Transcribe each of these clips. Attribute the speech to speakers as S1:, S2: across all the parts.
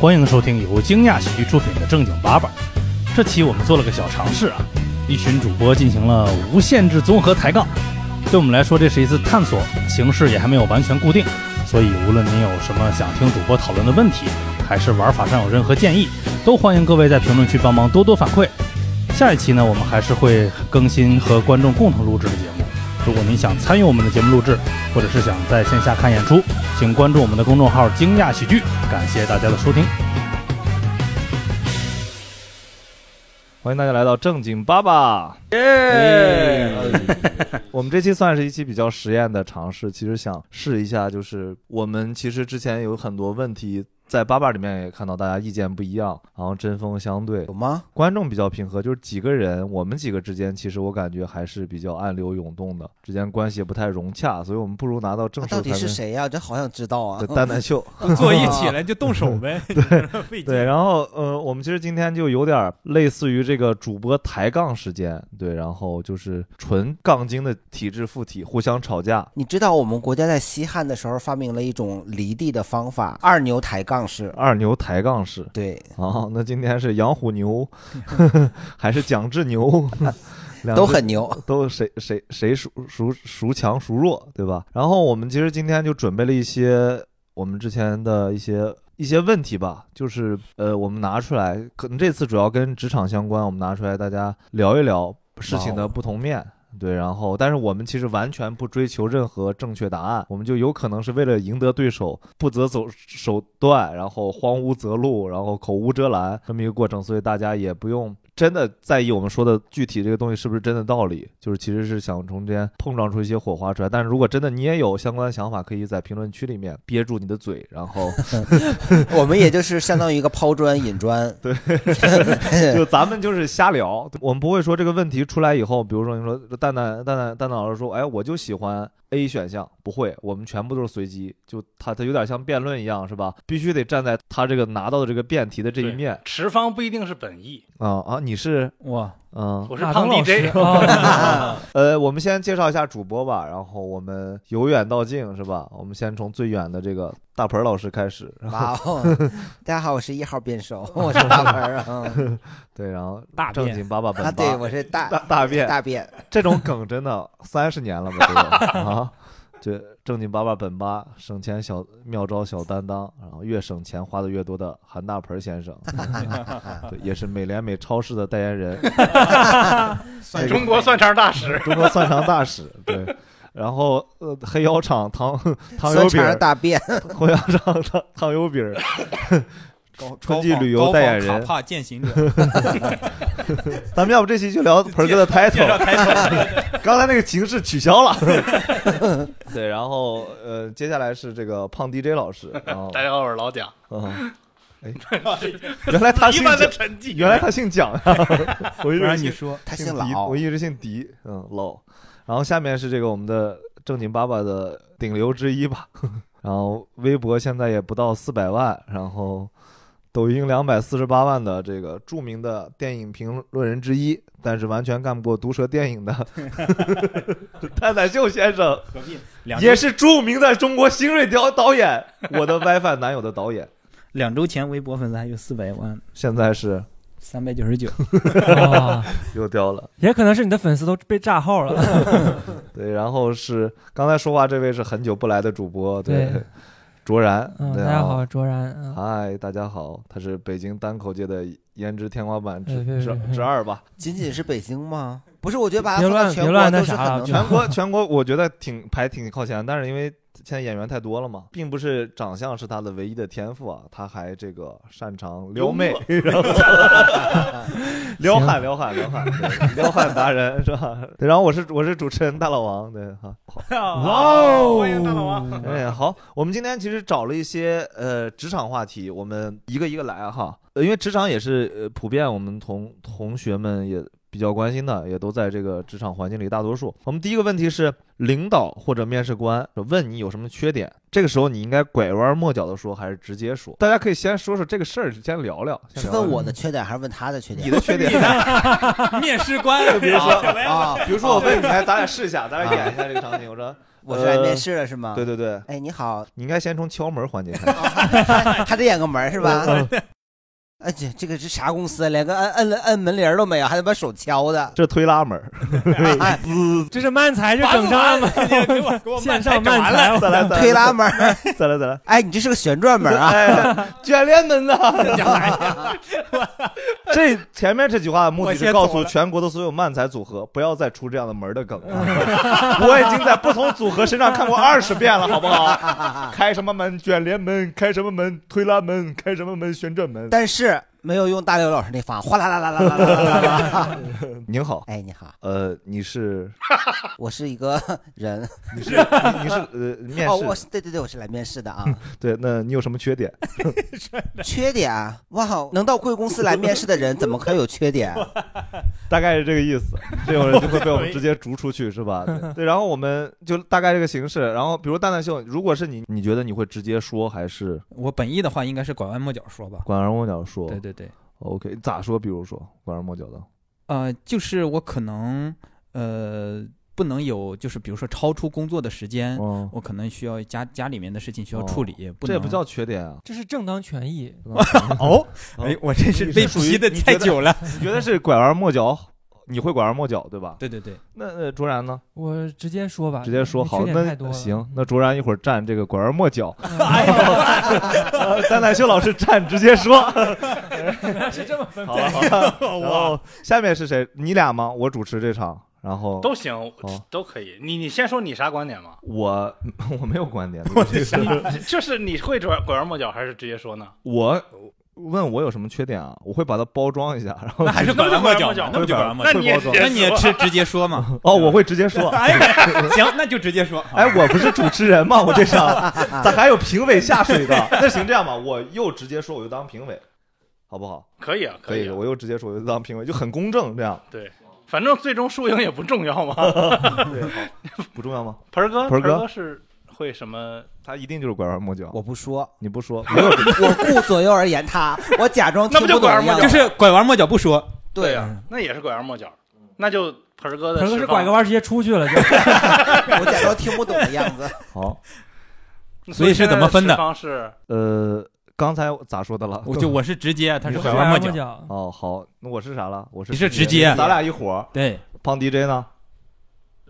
S1: 欢迎收听由惊讶喜剧出品的《正经八百》。这期我们做了个小尝试啊，一群主播进行了无限制综合抬杠。对我们来说，这是一次探索，形式也还没有完全固定，所以无论您有什么想听主播讨论的问题，还是玩法上有任何建议，都欢迎各位在评论区帮忙多多反馈。下一期呢，我们还是会更新和观众共同录制的节目。如果您想参与我们的节目录制，或者是想在线下看演出，请关注我们的公众号“惊讶喜剧”。感谢大家的收听。
S2: 欢迎大家来到正经爸爸。
S3: 耶！
S2: 我们这期算是一期比较实验的尝试，其实想试一下，就是我们其实之前有很多问题。在八八里面也看到大家意见不一样，然后针锋相对，
S3: 有吗？
S2: 观众比较平和，就是几个人，我们几个之间，其实我感觉还是比较暗流涌动的，之间关系也不太融洽，所以我们不如拿到正
S3: 那
S2: 式。
S3: 啊到底是？谁呀、这好想知道啊！
S2: 蛋蛋秀，
S4: 坐一起了就动手
S5: 哦
S4: 呗，对， 费劲。
S2: 对，然后呃，我们其实今天就有点儿类似于这个主播抬杠时间，对，然后就是纯杠精的体制附体，互相吵架。
S3: 你知道我们国家在西汉的时候发明了一种犁地的方法——二牛抬杠式。
S2: 二牛抬杠式
S3: 对，
S2: 啊、那今天是杨虎牛， 还是蒋志牛， 两
S3: 都
S2: 只
S3: 很牛。
S2: 都谁谁谁孰孰孰强孰弱，对吧？然后我们其实今天就准备了一些我们之前的一些一些问题吧，就是呃，我们拿出来，可能这次主要跟职场相关，我们拿出来大家聊一聊事情的不同面。对，然后，但是我们其实完全不追求任何正确答案，我们就有可能是为了赢得对手，不择手手段，然后荒芜择路，然后口无遮拦这么一个过程，所以大家也不用真的在意我们说的具体这个东西是不是真的道理，就是其实是想从中间碰撞出一些火花出来。但是如果真的你也有相关的想法，可以在评论区里面憋住你的嘴，然后
S3: 我们也就是相当于一个抛砖引砖。对，
S2: 就咱们就是瞎聊，我们不会说这个问题出来以后，比如说你说蛋蛋蛋蛋蛋蛋老师说，哎，我就喜欢 A 选项，不会，我们全部都是随机，就他他有点像辩论一样，是吧？必须得站在他这个拿到的这个辩题的这一面
S1: 持方不一定是本意，
S2: 啊、啊，你是
S4: 哇，
S2: 嗯
S1: 我是
S4: 大
S1: 胖
S4: 东老师
S1: DJ，
S6: 哦
S4: 啊，
S2: 呃，我们先介绍一下主播吧，然后我们由远到近是吧？我们先从最远的这个大盆儿老师开始，
S3: 哇哦！大家好，我是一号辩手，我是大盆儿啊。嗯
S2: 对，然后
S4: 大
S2: 正
S4: 便
S2: 经八爸本
S3: 啊，对，
S2: 八
S3: 我是
S2: 大
S3: 大
S2: 大便
S3: 大便。
S2: 这种梗真 的三十年了吧？这个啊，这正经八百本八，省钱小妙招小担当，然后越省钱花的越多的韩大盆先 生，对，也是美联美超市的代言人，
S1: 中国蒜肠大使。
S2: 中国蒜肠大使，对。然后，呃，黑窑厂糖糖油
S3: 酸
S2: 饼儿，
S3: 肠大便，
S2: 黑窑厂糖糖油饼儿，
S4: 高
S2: 春季旅游代言人
S4: 高仿卡帕践行者，
S2: 咱们要不这期就聊盆哥的 title，
S4: 介绍抬头，
S2: 刚才那个形式取消了。对，然后呃，接下来是这个胖 DJ 老师，然后
S5: 大家好，我是老蒋。
S2: 嗯，哎，原来他
S5: 一
S2: 姓
S5: 般的
S2: 蒋，
S5: 沉寂，
S2: 原来他姓 蒋啊！我
S4: 不
S2: 一直
S4: 然你
S2: 姓
S4: 说
S3: 他姓
S2: 姓狄，
S3: 老
S2: 我。一直姓狄，嗯，老。然后下面是这个我们的正经八百的顶流之一吧， 然后微博现在也不到四百万，然后抖音两百四十八万的这个著名的电影评论人之一，但是完全干不过毒舌电 影的蛋蛋秀先生，
S4: 何必两
S2: 也
S4: 周
S2: 是著名的中国新锐导导演，我的 WiFi 男友的导演，
S6: 两周前微博粉丝还有四百万，
S2: 现在是
S6: 三百九十 九。
S4: 哇
S2: 又掉了。
S4: 也可能是你的粉丝都被炸号了，
S2: 对，然后是刚才说话这位是很久不来的主播，
S4: 对，
S2: 卓然，
S7: 嗯，
S2: 对啊
S7: 大家好，，卓然，嗯，
S2: 嗨，大家好，他是北京单口界的颜值天花板
S7: 呃对对
S2: 之之
S7: 对嗯
S2: 之二吧，
S3: 仅仅是北京吗？不是，我觉得把它
S7: 别
S3: 放到
S7: 乱
S3: 全
S7: 别
S3: 国
S7: 乱
S3: 都
S7: 那
S3: 是
S7: 啥
S3: 很
S7: 了
S3: 能
S7: 就
S2: 全国全国我觉得挺排挺靠前，但是因为现在演员太多了嘛，并不是长相是他的唯一的天赋啊，他还这个擅长撩 妹，然 后撩汉撩汉撩汉对撩汉达人是吧？对，然后我是我是主持人大老王，对 哈，好。
S4: 哇
S5: 哦，欢迎大老王。
S2: 哎，好，我们今天其实找了一些呃职场话题，我们一个一个来啊哈，呃因为职场也是呃普遍我们同同学们也比较关心的，也都在这个职场环境里，大多数。我们第一个问题是，领导或者面试官问你有什么缺点，这个时候你应该拐弯抹角的说，还是直接说？大家可以先说说这个事儿，先聊聊。先
S3: 是
S2: 聊
S3: 问
S2: 聊
S3: 我的缺点还是问他的缺
S2: 你
S3: 点？
S2: 的缺点，
S4: 面试官，别说
S3: 啊，
S2: 比如说我问你，哎，咱俩试一下，咱俩演一下这个场景。我说，
S3: 我是来面试了是吗？
S2: 对对对，
S3: 哎，你好，
S2: 你应该先从敲门环节开始。
S3: 还得演个门儿是吧？
S5: 嗯
S3: 哎，这这个是啥公司啊？连个摁摁了摁门铃儿都没有，还得把手敲的。
S2: 这推拉门，
S3: 哎
S5: 嗯
S4: 这是慢才，这整上了，
S5: 给 我给我
S4: 线
S5: 慢
S4: 上
S5: 点
S4: 慢
S5: 完
S4: 才
S5: 了，
S2: 再来再来，
S3: 推拉门儿，
S2: 再来再来，
S3: 哎，你这是个旋转门儿啊！
S2: 哎，卷帘门呐！
S4: 哎
S2: 这前面这句话的目的
S5: 我
S2: 是
S5: 先
S2: 告
S5: 走
S2: 诉
S5: 了
S2: 全国的所有漫才组合，不要再出这样的门的梗了。 我已经在不同组合身上看过二十遍了， 好不好？开什么门？卷帘门？开什么门？推拉门？开什么门？旋转门？
S3: 但是没有用大刘老师那方，哗啦啦啦啦啦啦啦 啦啦。
S2: 您好，
S3: 哎，你好，
S2: 呃，你是
S3: 我是一个 人，
S2: 你 是你你是呃面
S3: 哦，我
S2: 试
S3: 是对对对，我是来面试的啊。
S5: 嗯
S2: 对？那你有什么缺点？
S3: 缺点啊哇，能到贵公司来面试的人，怎么可以有缺点？啊
S2: 大概是这个意 思，这种人就会被我们直接逐出去，是吧？对对，然后我们就大概这个形式。然后比如蛋蛋秀，如果是你，你觉得你会直接说还是
S6: 我本意的话应该是拐弯抹角说吧。
S2: 拐弯抹角说
S6: 对对对，
S2: ？OK，咋说？比如说拐弯抹角的，
S6: 呃，就是我可能呃不能有，就是比如说超出工作的时间，
S2: 嗯，
S6: 我可能需要家家里面的事情需要
S2: 哦
S6: 处理，不
S2: 这
S6: 能嗯
S2: 也不叫缺点 啊。
S4: 这是正当权益。
S6: 哦，
S2: 哦
S6: 哎，我这是
S2: 你是
S6: 被
S2: 属于
S6: 批的
S2: 你
S6: 太
S2: 觉得
S6: 久了。
S2: 你觉得是拐弯抹角？你会拐弯抹角对吧？
S6: 对对对，
S2: 那呃，卓然呢？
S4: 我直接说吧，
S2: 直接说
S4: 啊你
S2: 好，
S4: 缺点太多
S2: 那
S4: 了
S2: 行，那卓然一会儿站这个拐弯抹角，
S4: 哎呀，
S2: 呃蛋蛋秀老师站直接说。
S4: 原来是这么分
S2: 好
S4: 配
S2: 了，好了， 然后下面是谁？你俩吗？我主持这场，然后
S5: 都行，都可以。你你先说你啥观点 嘛？
S2: 我我没有观点，我
S5: 就是你会拐拐弯抹角，还是直接说呢？
S2: 我问我有什么缺点啊？我会把它包装一下，然后
S6: 还是
S5: 拐弯抹角吧
S6: 那不就啊拐弯抹
S5: 那
S6: 角？
S5: 你也
S2: 会包装。
S6: 那你也直 直接说嘛
S2: 哦，我会直接说。
S6: 哎，行，那就直接 说。好
S2: 哎，我不是主持人吗？我这场 咋还有评委下水的？ 那行这样吧，我又直接说，我就当评委，好不好？
S5: 可以啊，
S2: 可
S5: 以啊，
S2: 我又直接说，我就当评委，就很公正，这样
S5: 对，反正最终输赢也不重要嘛。
S2: 不重要吗？
S5: 盆儿哥，
S2: 盆儿
S5: 盆
S2: 哥
S5: 儿哥是会什么？
S2: 他一定就是拐弯抹角，
S3: 我不说，
S2: 你不说， 没有
S3: 我顾左右而言他，我假装听
S5: 那不就
S3: 不懂
S5: 拐
S3: 的
S5: 弯抹
S3: 样
S5: 角
S3: 子。
S6: 就是拐弯抹角不说，
S3: 对
S5: 呀、啊那也是拐弯抹角，那就盆儿哥的
S4: 可
S5: 释放。
S4: 能是拐个弯直接出去了，就
S3: 我假装听不懂的样子。
S2: 好。
S6: 所以是怎么分
S5: 现在释
S6: 的
S5: 放是
S2: 呃，刚才咋说的了？
S6: 我就我是直接，他是
S4: 我
S6: 拐
S4: 拐
S6: 弯抹
S4: 弯
S6: 角。
S4: 角。
S2: 哦，好，那我是啥了？我是
S6: 你是直接
S2: 咱俩一伙儿。
S6: 对，
S2: 胖 DJ 呢？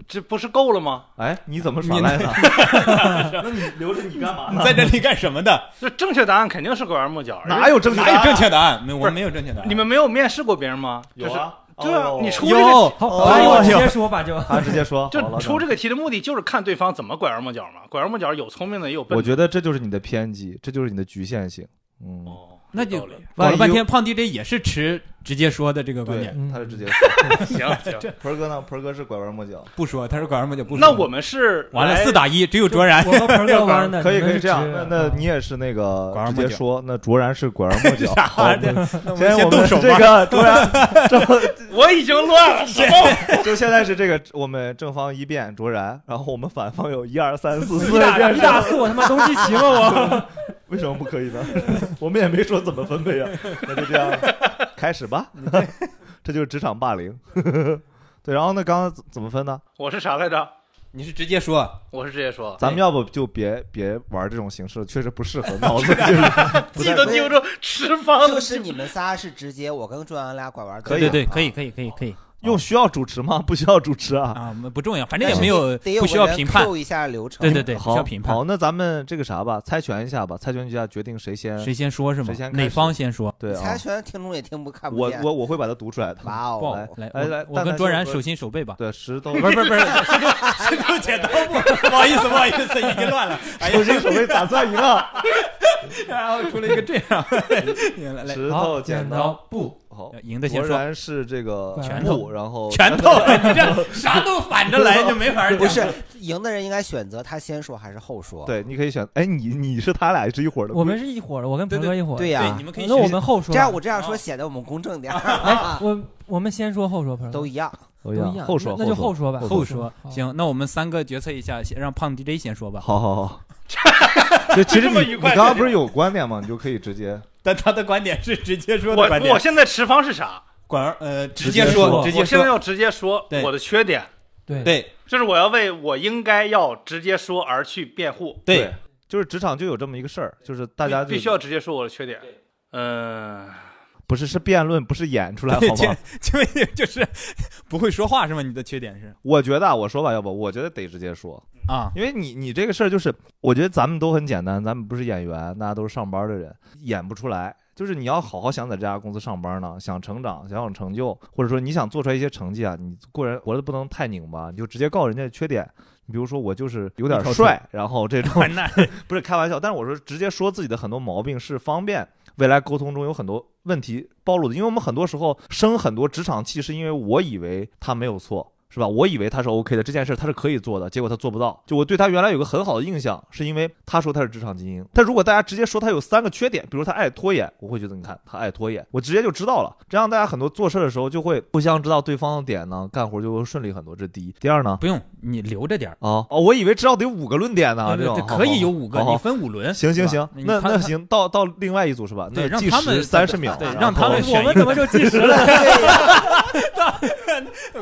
S5: 这不是够了吗？
S2: 哎，你怎么耍
S6: 你
S2: 赖呢？ 那你留着你干嘛
S6: 你在这里干什么的？
S5: 这正确答案肯定是拐弯抹角。
S2: 哪有正确答
S6: 哪
S2: 案？
S6: 有正确答案？没，啊我
S5: 不是
S6: 们没有正确答案。
S5: 你们没有面试过别人吗？
S2: 有啊，
S5: 就是，对啊
S2: 哦，
S5: 你出这个
S6: 有
S4: 好，
S2: 哦
S4: 哎我
S2: 我
S4: 直接说吧，就
S2: 他直接 说，好
S5: 就
S2: 了
S5: 出这。个题的目的就是看对方怎么拐弯抹角嘛。拐弯抹角有聪明的，也有笨
S2: 我
S5: 的。
S2: 觉得这就是你的偏激，这就是你的局限性。嗯，
S5: 哦，
S6: 那
S5: 有
S6: 就
S5: 道理
S6: 搞
S2: 万
S6: 了
S2: 一
S6: 半天，胖 DJ 也是持直接说的这个观
S2: 对
S6: 点，，
S4: 嗯
S2: 他是直接说。
S5: 行行。
S2: 盆儿哥呢？盆儿哥是拐弯抹角，
S6: 不说，他是拐弯抹角不 说。
S5: 那我们是
S6: 完了
S5: 来
S6: 四打一，只有卓然
S4: 我和盆儿哥弯的，
S2: 可以
S4: 你们
S2: 可以
S4: 是
S2: 这样
S4: 直。
S2: 那
S4: 的
S2: 那你也是那个
S6: 嗯拐弯
S2: 直
S6: 抹角
S2: 接说，那卓然是拐弯抹角。好
S6: 啥的，那
S2: 现
S6: 我们
S2: 在我
S6: 先
S2: 们
S6: 动手
S2: 这
S6: 吧。
S2: 个卓然，
S5: 我已经乱了，哦
S2: 就现在是这个我们正方一辩卓然，然后我们反方有一二三四四
S4: 一打
S2: 辩
S4: 一打四，我他妈东契奇吗？我
S2: 为什么不可以呢？ 我们也没说怎么分配啊， 那就这样，开始吧。 这就是职场霸凌。 对，然后那刚刚怎怎么分呢？
S5: 我是啥来着？
S6: 你是直接说，
S5: 我是直接说，
S2: 咱们要不就别别玩这种形式，确实不适合，脑子 就是不
S5: 记
S2: 太
S5: 都记不住，吃方
S3: 就是你们仨是直接，我跟转阳俩拐弯。
S2: 可以啊啊
S6: 对对，可以可以可以可以
S2: 用需要主持吗？不需要主持啊。
S6: 啊，我们不重要，反正
S3: 但
S6: 也
S3: 是
S6: 没有
S3: 啊得有
S6: 不需要评判。
S3: 扣一下流程。
S6: 对对对，不需
S2: 好
S6: 要评，判
S2: 好，。那咱们这个啥吧，猜拳一下吧，猜拳一下决定谁先。
S6: 谁先说是吗
S2: 谁先？开始
S6: 哪方先说？
S2: 对啊
S3: 猜，拳听众也听不看不
S2: 我
S3: 见。
S2: 我我会把它读出来的。
S3: 哇
S6: 不
S3: 哦！
S6: 来
S2: 来来
S6: 我
S2: 蛋
S6: 我
S2: 蛋
S6: 跟卓然
S2: 先说
S6: 手心手背吧。
S2: 对，石头，
S6: 不是不是不是，石头剪刀布，不好意思不好意思，已经乱了。哎
S2: 手心手背打算赢了。
S6: 然后出了一个这样， 来来，
S2: 石
S4: 好
S2: 头剪
S4: 刀
S2: 刀
S4: 布，
S2: 好，
S6: 赢的
S2: 果
S6: 哎先说。
S2: 然是这个
S4: 拳
S2: 布
S6: 头
S2: 然 后
S6: 拳 头，你这啥都反着来就没法讲。
S3: 不是赢的人应该选择他先说还是后说？
S2: 对，你可以选。哎，你你是他俩是一伙儿的，
S4: 我们是一伙儿的，我跟盆儿哥一伙儿。
S3: 对
S6: 对，
S3: 呀
S6: 你，们可以
S4: 那我们后说吧。
S3: 这样我这样说显得我们公正点儿，
S4: 我我们先说后说，盆儿哥
S3: 都一样。
S2: 不
S4: 都一样，
S2: 后说，
S4: 那那就
S2: 后
S4: 后。说吧，
S6: 后
S4: 说
S6: 说。。行，那我们三个决策一下，先让胖 DJ 先说 吧。
S2: 好好好。就其实
S5: 这么
S2: 你
S5: 愉
S2: 你
S5: 快
S2: 刚刚不是有观点吗？你就可以直接
S6: 但他的观点是直接说
S5: 我
S6: 的观
S5: 我
S6: 点，
S5: 现在持方是啥？
S6: 管儿呃直
S2: 接
S6: 接
S2: 说
S6: 说，直
S5: 我
S6: 接
S5: 现在
S6: 说。
S5: 要直接说
S6: 对
S5: 我的缺点，
S4: 对
S7: 对
S5: 就是我要为我应该要直接说而去辩护，
S7: 对，
S2: 就是职场就有这么一个事儿，就是大家就
S5: 必必须要直接说我的缺点。嗯，
S2: 不是是辩论，不是演出来好
S6: 请
S2: 吗？
S6: 请问你 就是不会说话是吗？你的缺点是
S2: 我觉得啊，我说吧，要不我觉得得直接说，
S6: 啊，
S2: 因为你你这个事儿就是，我觉得咱们都很简单，咱们不是演员，大家都是上班的人，演不出来。就是你要好好想在这家公司上班呢，想成长，想有成就，或者说你想做出来一些成绩啊，你过人活得不能太拧巴，你就直接告人家缺点。你比如说我就是有点
S6: 一条腿
S2: 帅，然后这种
S6: 很难
S2: 不是开玩笑，但是我说直接说自己的很多毛病是方便未来沟通中有很多问题暴露的，因为我们很多时候生很多职场气，是因为我以为他没有错。是吧？我以为他是 OK 的，这件事他是可以做的，结果他做不到。就我对他原来有个很好的印象，是因为他说他是职场精英。但如果大家直接说他有三个缺点，比如他爱拖延，我会觉得你看他爱拖延，我直接就知道了。这样大家很多做事的时候就会互相知道对方的点呢，干活就会顺利很多。这是第一。第二呢？
S6: 不用你留着点儿。
S2: 哦哦，我以为至少得五个论点呢，
S6: 对
S2: 啊这
S6: 对
S2: 种
S6: 对，可以有五个，
S2: 好好
S6: 你分五轮。
S2: 行行
S6: 是
S2: 行
S6: 吧，
S2: 那
S6: 你看
S2: 那行，啊到到另外一组是吧？
S6: 对
S2: 那
S6: 让
S2: 计
S6: 他们
S2: 时三十秒，
S6: 对
S2: 然后
S6: 让他们
S4: 我们怎么就计时 了？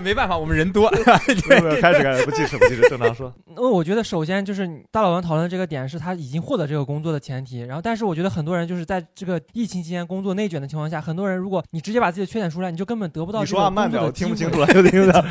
S6: 没办法，我们人 多。
S2: 不是不是开始开始不计时不计时，正常说。
S4: 那我觉得首先就是你大老王讨论的这个点是他已经获得这个工作的前提，然后但是我觉得很多人就是在这个疫情期间工作内卷的情况下，很多人如果你直接把自己的缺点说出来，你就根本得不到
S2: 你
S4: 这
S2: 说
S4: 个
S2: 话
S4: 工
S2: 慢点，
S4: 作
S2: 我
S4: 的机
S2: 听
S4: 会。
S2: 不清楚了，有点有点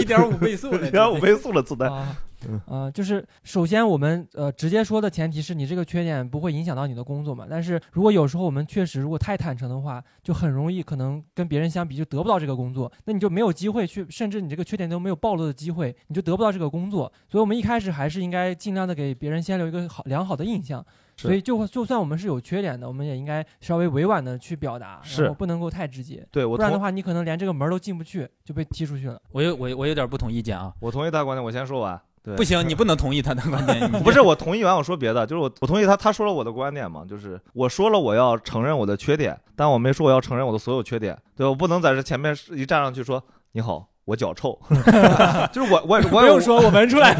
S6: 一点五倍速了，
S2: 有点五倍速了，自带。
S4: 啊
S2: 嗯
S4: 啊，就是首先我们呃直接说的前提是你这个缺点不会影响到你的工作嘛，但是如果有时候我们确实如果太坦诚的话，就很容易可能跟别人相比就得不到这个工作，那你就没有机会去，甚至你这个缺点都没有暴露的机会，你就得不到这个工作。所以我们一开始还是应该尽量的给别人先留一个好良好的印象。
S2: 是
S4: 所以就会就算我们是有缺点的，我们也应该稍微委婉的去表达，
S2: 是
S4: 然后不能够太直接，
S2: 对我
S4: 不然的
S2: 同
S4: 话你可能连这个门儿都进不去，就被踢出去了。
S6: 我有我有我有点不同意见啊，
S2: 我同意他的观点，我先说完。对，
S6: 不行，你不能同意他的观点。 你
S2: 不是我同意完我说别的，就是我我同意他，他说了我的观点嘛，就是我说了我要承认我的缺点，但我没说我要承认我的所有缺点，对吧我不能在这前面一站上去说你好，我脚臭， 就是我我我
S4: 不
S2: 有
S4: 用说，我闻出来。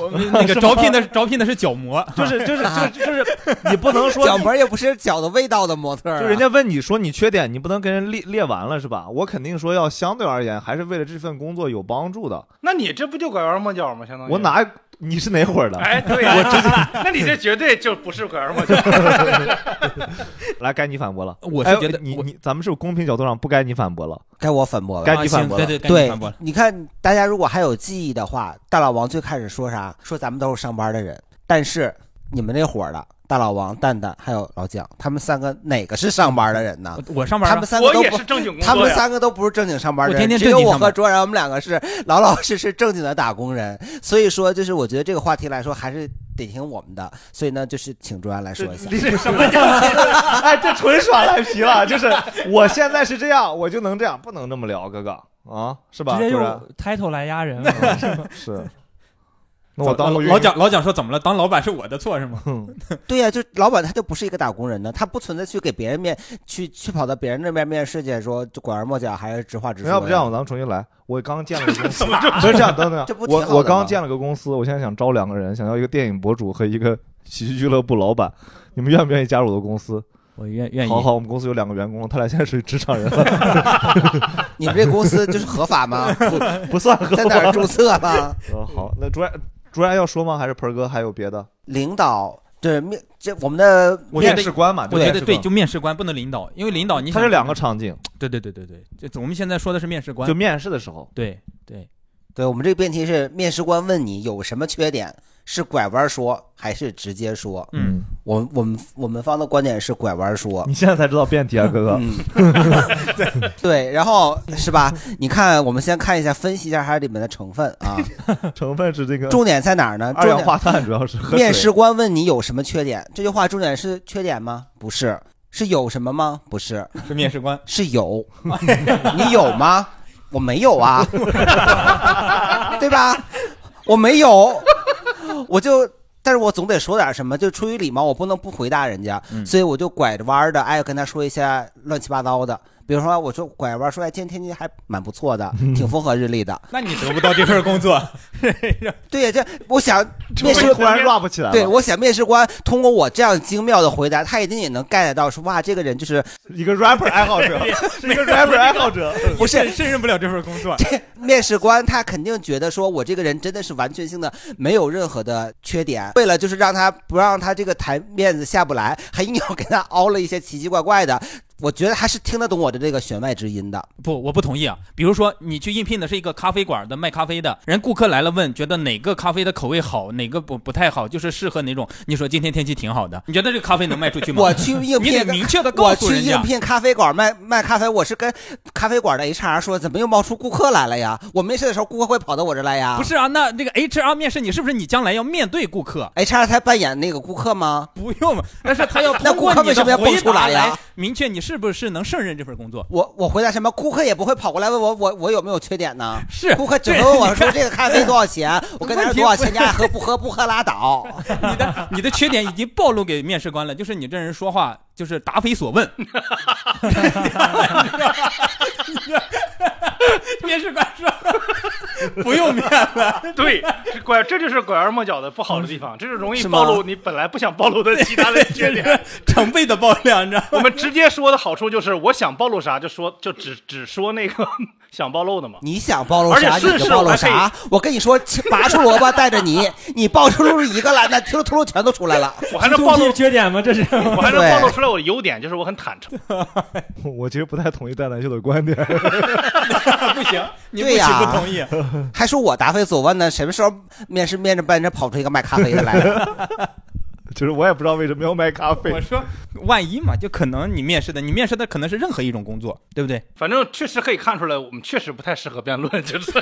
S6: 我们那个招聘的招聘的是角膜，
S2: 就是就是就是就是你不能说
S3: 脚门儿也不是脚的味道的模特儿啊，
S2: 就人家问你说你缺点，你不能跟人列列完了是吧？我肯定说要相对而言，还是为了这份工作有帮助
S6: 哦
S2: 的。
S5: 那你这不就拐弯抹角吗？相当于
S2: 我？哪你是哪伙儿的？
S3: 啊
S5: 哎，对呀、 那你这绝对就不是拐 弯抹角。
S2: 来，该你反驳了。
S6: 我
S2: 哎
S6: 是觉得
S2: 你
S6: 我
S2: 你咱们是不是公平角度上不该你反驳了，
S3: 该我反驳了。
S2: 该
S6: 啊
S2: 你反
S6: 行
S2: 驳
S6: 对
S2: 了。
S6: 对，该你
S3: 对
S6: 反驳了，。
S3: 你看大家如果还有记忆的话，大老王最开始说啥？说咱们都是上班的人，但是你们那伙儿的大老王、蛋蛋还有老蒋，他们三个哪个是上班的人呢？
S6: 我我上班啊
S3: 他
S6: 了
S3: 们，三个
S5: 我
S3: 都
S5: 也
S3: 不
S5: 是正经工
S3: 他
S5: 作
S3: 们
S5: 呀，
S3: 三个都不是正经上班的人，
S6: 我天天
S3: 只有
S6: 正经
S3: 我
S6: 上
S3: 和
S6: 班
S3: 卓然，我们两个是老老实实正经的打工人。所以说，就是我觉得这个话题来说，还是得听我们的。所以呢，就是请卓然来说一下。
S2: 这什么呀？ 哎，这纯耍赖皮了，就是我现在是这样，我就能这样，不能这么聊，哥哥啊，是吧？
S4: 直接
S2: 不然
S4: 用 title 来压人，
S2: 是。那我当
S6: 呃老
S2: 个
S6: 老蒋老蒋说怎么了？当老板是我的错是吗？
S3: 对呀、就老板他就不是一个打工人呢，他不存在去给别人面去去跑到别人那边面试去，说就拐弯抹角还是直话直说。
S2: 要不这样，，咱们重新来。我刚建了个 公司，不是这样，等等
S3: 这不，挺好
S2: 我
S3: 的吗
S2: 我刚建了个公司，我现在想招两个人，想要一个电影博主和一个喜剧俱乐部老板，你们愿不愿意加入我的公司？
S6: 我愿愿
S2: 好好，我们公司有两个员工，他俩现在属于职场人 了，
S3: 你们这公司就是合 法吗？ 不
S2: 不算合
S3: 在哪
S2: 伙
S3: 儿。注册吗？
S2: 嗯好，那卓然卓然要说吗？还是盆儿哥还有别的？
S3: 领导，对面这我们的
S6: 我觉
S3: 面
S6: 得
S2: 面试官嘛，就
S6: 我觉
S2: 面
S6: 得
S2: 试
S6: 对，
S2: 官
S6: 就面试官不能领导，因为领导你
S2: 它
S6: 想
S2: 是两个，场景，
S6: 对对对对对，就我们现在说的是面试官
S2: 就，面试的时候，
S6: 对对，
S3: 对我们这个辩题是面试官问你有什么缺点，是拐弯说还是直接说？
S6: 嗯，
S3: 我们我们我们方的观点是拐弯说。
S2: 你现在才知道辩题啊，哥哥。
S3: 嗯， 对，然后是吧？你看，我们先看一下，分析一下它里面的成分 啊，
S2: 成分是这个
S3: 重点在哪儿呢？
S2: 二
S3: 重
S2: 氧
S3: 点
S2: 化碳，主要是和
S3: 面
S2: 水
S3: 试官问你有什么缺点，这句话重点是缺点吗？不是，是有什么吗？不是，
S6: 是面试官，
S3: 是有，你有吗？我没有啊，对吧？我没有，我就，但是我总得说点什么，就出于礼貌，我不能不回答人家，
S6: 嗯
S3: 所以我就拐着弯儿的，哎，跟他说一些乱七八糟的。比如说我说拐弯说，哎，今天天气还蛮不错的，挺风和日丽的。
S6: 那你得不到这份 工作，
S3: 对呀，这我想面试
S2: 突然
S3: 官
S2: rap 起来了，
S6: 啊
S3: 对，我想面试官通过我这样精妙的回答，他一定也能 get 到说，哇，这个人就是
S2: 一个 rapper 爱好者，是一个 rapper 爱好者，
S3: 不 是
S6: 胜任不了这份工作。
S3: 面试官，他肯定觉得说我这个人真的是完全性的没有任何的缺点。为了就是让他不让他这个台面子下不来，还硬要给他凹了一些奇奇怪怪的。我觉得还是听得懂我的这个弦外之音的。
S6: 不，我不同意啊。比如说，你去应聘的是一个咖啡馆的卖咖啡的，人顾客来了问，觉得哪个咖啡的口味好，哪个不不太好，就是适合哪种。你说今天天气挺好的，你觉得这个咖啡能卖出去吗？
S3: 我去应
S6: 你
S3: 聘
S6: 得，明确的告
S3: 我
S6: 诉
S3: 去
S6: 人
S3: 应
S6: 家。
S3: 聘咖啡馆卖卖咖啡，我是跟咖啡馆的 HR 说，怎么又冒出顾客来了呀？我面试的时候，顾客会跑到我这儿来呀？
S6: 不是啊，那这个 HR 面试你是不是你将来要面对顾客？
S3: HR 才扮演那个顾客吗？
S6: 不 用，啊但是他要
S3: 那
S6: 通
S3: 顾
S6: 过
S3: 客
S6: 你
S3: 为什么
S6: 的
S3: 要蹦
S6: 回
S3: 出
S6: 答
S3: 来呀
S6: 来明确你是不是能胜任这份工作。
S3: 我我回答什么？顾客也不会跑过来问我我我有没有缺点呢？
S6: 是
S3: 顾客只会
S6: 对
S3: 问我
S6: 你
S3: 说
S6: 看
S3: 这个咖啡多少钱，我跟他说多少钱，你爱喝不喝？不喝拉倒。
S6: 你的你的缺点已经暴露给面试官了，就是你这人说话就是答非所问。面试官说不用面了，
S5: 对，这拐这就是拐弯抹角的不好的地方，这是容易
S3: 是吗
S5: 暴露你本来不想暴露的 其他的缺点。
S6: 成倍的爆料，你知道吗？
S5: 我们直接说的好处就是，我想暴露啥就说，就只只说那个 想暴露的嘛。
S3: 你想暴露啥
S5: 而且
S3: 你
S5: 是
S3: 就是暴露
S5: 我还
S3: 啥。我跟你说，切拔出萝卜带着你，你爆出露一个来，那秃噜秃噜全都出来了。
S5: 我还能暴露，
S4: 缺点吗？这是
S5: 我还能
S3: 对
S5: 暴露出来我的优点，就是我很坦诚。
S2: 我其实不太同意蛋蛋秀的观点，
S6: 不行，你不
S3: 对
S6: 许
S3: 呀
S6: 不同意。
S3: 还说我答非所问呢，什么时候面试面着半着跑出一个卖咖啡的来了？
S2: 就是我也不知道为什么要卖咖啡
S6: 我。说万一嘛，就可能你面试的，你面试的可能是任何一种工作，对不对？
S5: 反正确实可以看出来，我们确实不太适合辩论， 就是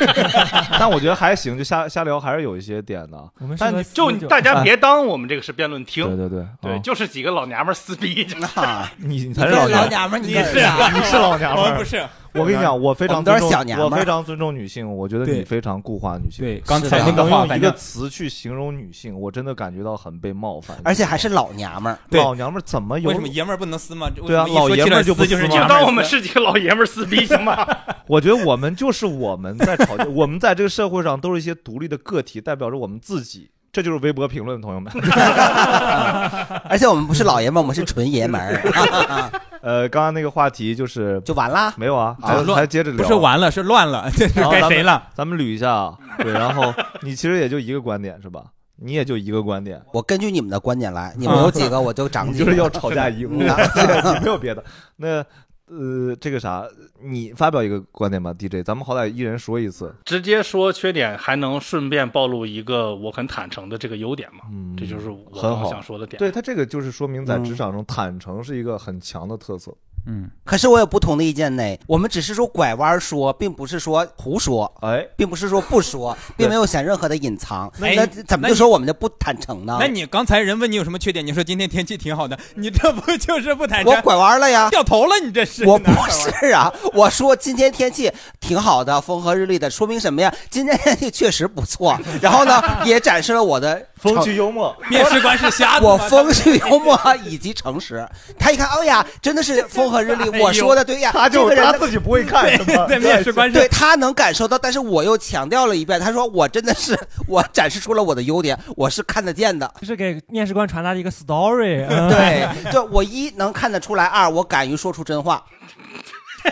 S2: 但我觉得还行，就瞎瞎聊还是有一些点的。
S4: 我们
S2: 但
S4: 是
S5: 就大家别当我们这个是辩论
S2: 对
S5: 厅，
S2: 对对，
S5: 对，
S3: 哦
S2: 啊
S5: 就是几个老娘们儿撕逼。就是
S3: 啊，
S2: 你你
S3: 你
S2: 才是老
S3: 这老
S2: 娘，
S3: 娘们儿，你
S6: 你
S3: 这
S6: 是啊，
S2: 你是老娘
S6: 我
S2: 们
S6: 们
S2: 儿
S6: 不。是。
S2: 我跟你讲，我非
S3: 我
S2: 常
S3: 们都是
S2: 尊重
S3: 小娘
S2: 我
S3: 们儿
S2: 非常尊重女性，我觉得你
S6: 对
S2: 非常固化女性。
S6: 对，刚
S3: 是啊
S6: 才
S3: 的
S6: 那个
S2: 能
S6: 话，
S2: 用一
S6: 反
S2: 个
S6: 正
S2: 词去形容女性，我真的感觉到很被冒犯。
S3: 而且还是老娘们儿。
S6: 对
S2: 老娘们儿怎么有
S6: 为什么爷们儿不能撕嘛？
S2: 对啊
S6: 为什么一
S2: 老爷
S6: 说起
S2: 们儿
S6: 来
S2: 就不
S6: 撕就是
S2: 撕
S6: 娘
S2: 吗
S5: 就
S6: 们儿
S5: 当我们
S6: 撕
S5: 是几个老爷们儿撕逼行吗？
S2: 我觉得我们就是我们在吵架， 我们在这个社会上都是一些独立的个体，代表着我们自己。这就是微博评论，朋友们。
S3: 而且我们不是老爷们儿，我们是纯爷们儿，
S2: 呃，刚刚那个话题就是
S3: 就完啦。
S2: 没有啊，
S3: 啊
S2: 还
S6: 乱
S2: 还接着聊
S6: 不
S2: 啊，
S6: 是完了，是哦乱了，这是
S2: 然后
S6: 该
S2: 咱们
S6: 谁了？
S2: 咱们捋一下 啊。对，然后你其实也就一个观点是吧？你也就一个观点，
S3: 我根据你们的观点来，你们有几个我就长
S2: 你
S3: 几
S2: 就
S3: 个
S2: 是。要吵架赢，
S3: 嗯 啊
S2: 对没有别的。那呃，这个啥，你发表一个观点吧，DJ，咱们好歹一人说一次。
S5: 直接说缺点，还能顺便暴露一个我很坦诚的这个优点嘛？
S2: 嗯，
S5: 这就是我
S2: 很好
S5: 刚想说的点。
S2: 对他这个就是说明在
S3: 嗯
S2: 职场中坦诚是一个很强的特色
S6: 嗯，
S3: 可是我有不同的意见呢。我们只是说拐弯说，并不是说胡说，
S2: 哎，
S3: 并不是说不 说，并没有想任何的隐藏。
S6: 那你
S3: 那怎么
S6: 那
S3: 就
S6: 你
S3: 说我们就不坦诚呢
S6: 那？你刚才人问你有什么缺点，你说今天天气挺好的，你这不就是不坦
S3: 我
S6: 诚，
S3: 拐弯了呀。
S6: 掉头了？你这是
S3: 我
S6: 哪
S3: 不
S6: 儿拐弯
S3: 是啊，我说今天天气挺好的，风和日丽的，说明什么呀？今天天气确实不错。然后 呢，也展示了我的
S2: 风趣幽默，
S6: 面试官是瞎子吗，
S3: 我风趣幽默以及诚实。他一看，哎呀，真的是风和日
S6: 哎
S3: 丽。我说的对呀，
S2: 他就
S3: 这个
S2: 是
S3: 人
S2: 他
S3: 的
S2: 自己不会看什 么，
S6: 对面试官
S3: 对
S6: 是
S3: 他能感受到，但是我又强调了一遍，他说我真的是 我展示出了我的优点，我是看得见的。
S4: 是给面试官传达的一 个 story，嗯
S3: 对，就我一能看得出来，二我敢于说出 真话。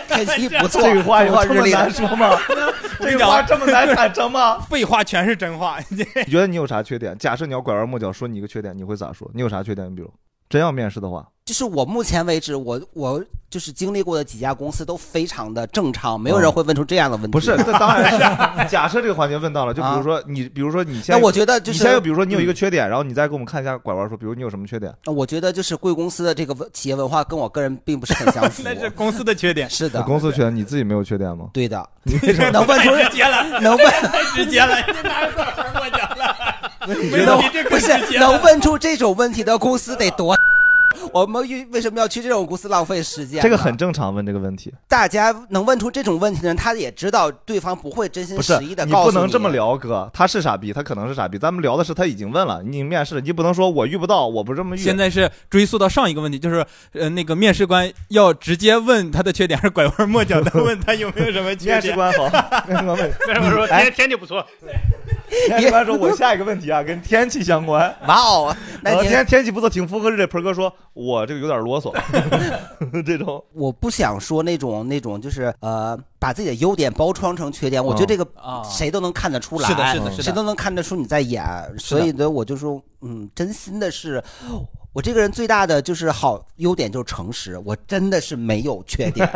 S3: 天气不错，
S2: 这个话
S3: 风
S2: 有
S3: 和
S2: 这
S3: 日
S2: 么
S3: 丽的
S2: 难说吗？这个 话这么难坦诚吗？
S6: 废话，全是真话。
S2: 你觉得你有啥缺点？假设你要拐弯抹角说你一个缺点，你会咋说？你有啥缺点？比如真要面试的话，
S3: 就是我目前为止，我我就是经历过的几家公司都非常的正常，没有人会问出这样的问题。
S2: 哦不是，这当 然是假设这个环节问到了，就比
S3: 啊
S2: 如说你，比如说你现
S3: 那
S2: 在，
S3: 我觉得就
S2: 你
S3: 是嗯
S2: 现在又比如说你有一个缺点，然后你再给我们看一下拐弯说，比如你有什么缺点？
S3: 我觉得就是贵公司的这个文企业文化跟我个人并不是 很相符。
S6: 那是公司的缺点，
S3: 是
S2: 那
S3: 的，
S2: 公司缺点，你自己没有缺点吗？
S3: 对的，
S2: 你为什么？
S3: 能问出
S6: 太直接了，
S3: 能问
S6: 太直接了，你哪有拐弯抹角了？
S2: 那你觉
S6: 没
S2: 得
S6: 有
S3: 能
S6: 你这
S3: 不
S6: 更
S3: 是
S6: 直接了
S3: 能问出这种问题的公司得多？我们为为什么要去这种公司浪费时间呢？
S2: 这个很正常，问这个问题
S3: 大家能问出这种问题的人，他也知道对方不会真心
S2: 不是
S3: 实意的
S2: 你
S3: 告诉
S2: 不能这么聊，哥，他是傻逼，他可能是傻逼。咱们聊的是他已经问了，你面试了，你不能说我遇不到，我不这么遇。
S6: 现在是追溯到上一个问题，就是呃，那个面试官要直接问他的缺点，还是拐弯抹角的问他有没有什么缺点？
S2: 面试官好，面试官问，
S5: 为什么说
S2: 哎
S5: 天天气不错？
S2: 面试官说，我下一个问题啊，跟天气相关。
S3: 哇哦，那
S2: 呃，
S3: 你
S2: 今天天气不错，挺符合日。鹏哥说，我这个有点啰 嗦，这种
S3: 我不想说那种那种就是呃，把自己的优点包装成缺点，我觉得这个
S2: 哦
S6: 啊
S3: 谁都能看得出来，
S6: 是的是的是的
S3: 谁都能看得出你在演，所以呢，我就说，嗯，真心的是。我这个人最大的就是好优点就是诚实，我真的是没有缺 点，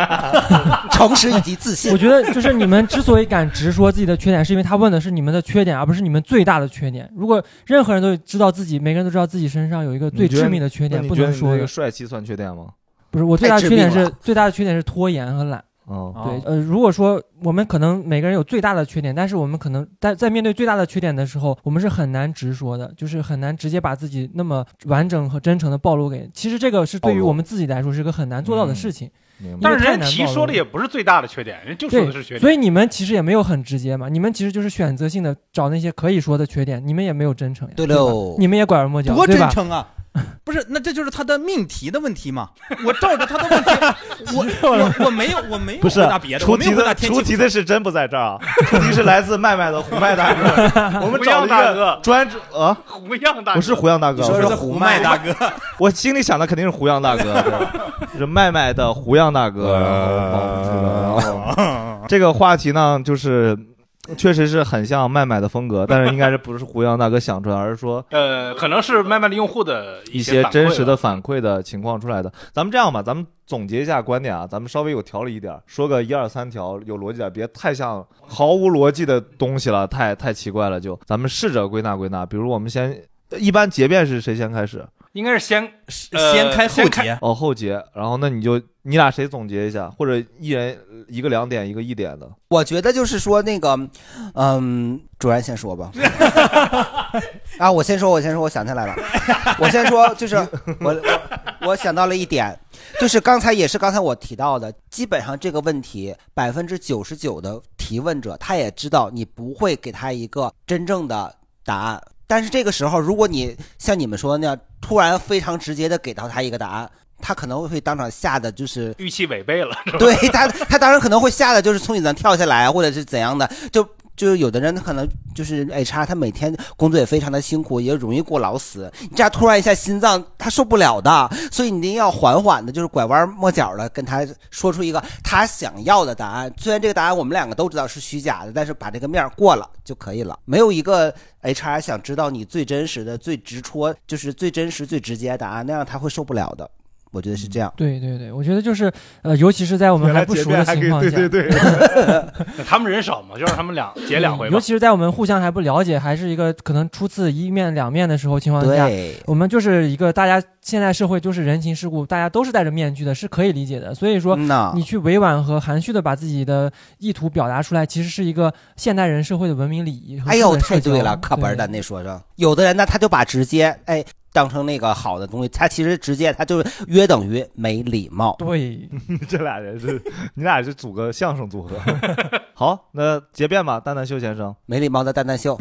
S3: 诚实以及自信。
S4: 我觉得就是你们之所以敢直说自己的缺点，是因为他问的是你们的缺点，而不是你们最大的缺点。如果任何人都知道自己，每个人都知道自己身上有一个最致命的缺
S2: 那
S4: 点，
S2: 你
S4: 不
S2: 觉得
S4: 能
S2: 你
S4: 说
S2: 这个
S4: 的。
S2: 帅气算缺点吗？
S4: 不是我最大的缺点
S3: 太致
S4: 是
S3: 命
S4: 最大的缺点是拖延和懒。
S2: 嗯，
S6: 啊
S4: 对，呃，如果说我们可能每个人有最大的缺点，但是我们可能在在面对最大的缺点的时候，我们是很难直说的，就是很难直接把自己那么完整和真诚的暴露给。其实这个是对于
S2: 暴露
S4: 我们自己来说是一个很难做到的事情。
S2: 明白。
S5: 但是人家提说的也不是最大的缺点，人嗯就说
S4: 对
S5: 的是缺，点。
S4: 所以你们其实也没有很直接嘛，你们其实就是选择性的找那些可以说的缺点，你们也没有真诚呀，
S3: 对
S4: 吧
S3: 喽
S4: 你们也拐弯抹角，
S6: 多
S4: 对
S6: 真
S4: 吧？
S6: 诚啊！不是，那这就是他的命题的问题嘛？我照着他的问题，我我我没有我没有
S2: 不
S6: 回
S2: 是
S6: 答别的，
S2: 出
S6: 我没
S2: 题
S6: 有回答
S2: 的
S6: 天
S2: 出
S6: 气
S2: 题的是真不在这儿啊，出题是来自麦麦的胡麦大哥，我们
S5: 胡
S2: 找
S5: 杨
S2: 了一
S5: 大
S2: 个
S5: 哥，
S2: 专职啊，
S5: 胡杨大哥
S2: 不是胡杨大哥，
S3: 你说
S2: 我
S3: 是
S2: 说
S3: 胡
S6: 胡
S3: 麦
S6: 麦大哥，
S2: 我心里想的肯定是胡杨大哥，对是麦麦的胡杨大哥。然后
S6: 呃
S2: 然后 这个话题呢，就是确实是很像麦麦的风格，但是应该是不是胡杨大哥想出来，而是说
S5: 呃，可能是慢慢的用户的
S2: 一
S5: 些
S2: 些
S5: 反馈
S2: 真实的
S5: 吧，
S2: 反馈的情况出来的。咱们这样吧，咱们总结一下观点啊，咱们稍微有条理一点，说个一二三条，有逻辑点，别太像毫无逻辑的东西了，太太奇怪了就。咱们试着归纳归纳，比如我们先。一般结辩是谁先开始？
S5: 应该是先呃
S6: 先开后
S5: 先开
S6: 结，
S2: 哦，后结。然后那你就你俩谁总结一下，或者一人一个两点，一个一点的。
S3: 我觉得就是说那个，嗯，主任先说吧。啊，我先说，我先说，我想起来了，我先说，就是我我我想到了一点，就是刚才也是刚才我提到的，基本上这个问题百分之九十九的提问者他也知道你不会给他一个真正的答案，但是这个时候如果你像你们说的那样突然非常直接的给到他一个答案，他可能会当场吓得就是
S5: 预期违背了， 是吧
S3: 对他，他当然可能会吓得就是从你那跳下来，或者是怎样的，就。就是有的人他可能就是 HR，他每天工作也非常的辛苦，也容易过劳死。你这样突然一下心脏他受不了的，所以你一定要缓缓的，就是拐弯抹角的跟他说出一个他想要的答案。虽然这个答案我们两个都知道是虚假的，但是把这个面儿过了就可以了。没有一个 HR 想知道你最真实的、最直戳，就是最真实、最直接的答案，那样他会受不了的。我觉得是这样。
S4: 对对对，我觉得就是呃，尤其是在我们还不熟的情况下，
S2: 对，
S5: 他们人少嘛，就让他们两结两回
S4: 嗯尤
S5: 吧。
S4: 其是在我们互相还不了解，还是一个可能初次一面两面的时候情况下，
S3: 对，
S4: 我们就是一个大家现在社会就是人情世故，大家都是戴着面具的，是可以理解的。所以说，
S3: 嗯
S2: 啊
S3: 呐
S4: 你去委婉和含蓄的把自己的意图表达出来，其实是一个现代人社会的文明礼仪和
S3: 哎
S4: 基
S3: 呦，
S4: 本社
S3: 太
S4: 交
S3: 对了，课本儿的
S4: 对
S3: 那说说，有的人呢，他就把直接哎当成那个好的东西，他其实直接他就是约等于没礼貌。
S4: 对，
S2: 这俩人是你俩是组个相声组合。 好，那结辩吧，蛋蛋秀先生。
S3: 没礼貌的蛋蛋秀，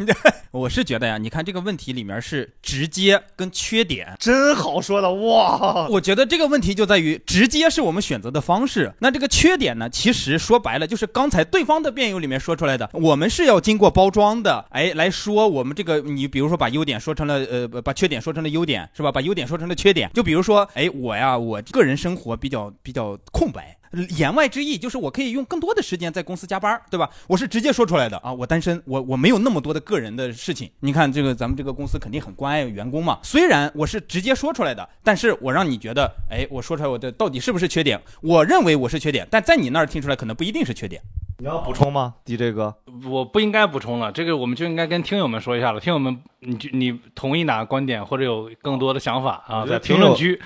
S6: 我是觉得呀，你看这个问题里面是直接跟缺点，
S2: 真好说的哇！
S6: 我觉得这个问题就在于直接是我们选择的方式。那这个缺点呢，其实说白了就是刚才对方的辩友里面说出来的，我们是要经过包装的，哎，来说我们这个，你比如说把优点说成了呃，不把缺点说成了优点，是吧？把优点说成了缺点，就比如说，哎，我呀，我个人生活比较比较空白。言外之意就是我可以用更多的时间在公司加班，对吧？我是直接说出来的啊，我单身，我我没有那么多的个人的事情。你看这个咱们这个公司肯定很关爱员工嘛。虽然我是直接说出来的，但是我让你觉得，哎，我说出来我的到底是不是缺点？我认为我是缺点，但在你那儿听出来可能不一定是缺点。
S2: 你要补充吗，DJ 哥？
S5: 我不应该补充了，这个我们就应该跟听友们说一下了。听友们，你就你同意哪个观点或者有更多的想法啊，
S2: 我觉
S5: 在
S2: 得
S5: 评论区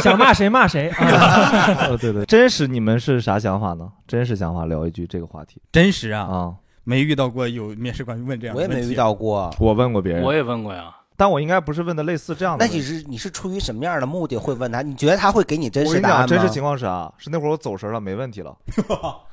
S4: 想骂谁骂谁啊！
S2: 哦，对对，真实你们是啥想法呢？真实想法聊一句这个话题
S6: 真实啊，
S2: 啊！
S6: 没遇到过有面试官问这样
S3: 我
S6: 的
S3: 也
S6: 问题。
S3: 没遇。到过。
S2: 我问过别人
S5: 我也问过呀，
S2: 但我应该不是问的类似这样的
S3: 那
S2: 问题。
S3: 你是你是出于什么样的目的会问他？你觉得他会给你真
S2: 我
S3: 实
S2: 跟你
S3: 答案
S2: 讲，真
S3: 吗？
S2: 实情况是啊，是那会儿我走神了，没问题了。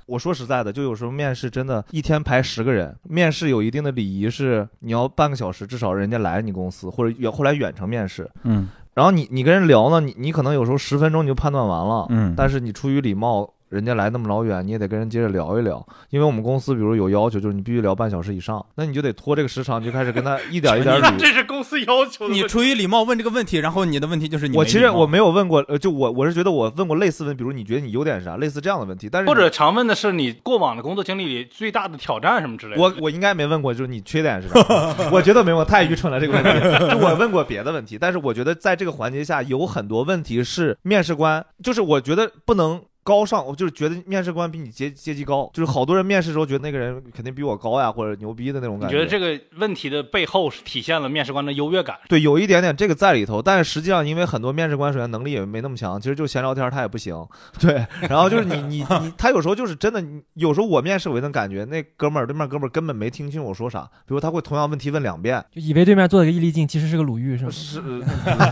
S2: 我说实在的，就有时候面试真的，一天排十个人，面试有一定的礼仪是，你要半个小时至少人家来你公司，或者远后来远程面试。
S6: 嗯
S2: 然后你你跟人聊呢，你你可能有时候十分钟你就判断完了，
S6: 嗯
S2: 但是你出于礼貌，人家来那么老远，你也得跟人接着聊一聊，因为我们公司比如有要求，就是你必须聊半小时以上，那你就得拖这个时长，你就开始跟他一点一点捋。
S5: 这是公司要求的。
S6: 你出于礼貌问这个问题，然后你的问题就是你
S2: 我
S6: 没
S2: 其
S6: 礼
S2: 实
S6: 貌
S2: 我没有问过，呃，就我我是觉得我问过类似问，比如你觉得你优点是啥，类似这样的问题，但是
S5: 或
S2: 你
S5: 者常问的是你过往的工作经历里最大的挑战什么之类的。
S2: 我我应该没问过，就是你缺点是啥？ 我觉得没有，太愚蠢了这个问题。就我问过别的问题，但是我觉得在这个环节下有很多问题是面试官，就是我觉得不能。高尚，我就是觉得面试官比你阶阶级高，就是好多人面试时候觉得那个人肯定比我高呀，或者牛逼的那种
S5: 你
S2: 感
S5: 觉得这个问题的背后是体现了面试官的优越感？
S2: 对，有一点点这个在里头，但是实际上，因为很多面试官首先能力也没那么强，其实就闲聊天儿他也不行，对。然后就是你你你，他有时候就是真的，你有时候我面试我也能感觉那哥们儿对面哥们儿根本没听清我说啥，比如他会同样问题问两遍，
S4: 就以为对面做了个易立竞，其实是个鲁豫，是吗？
S2: 是，呃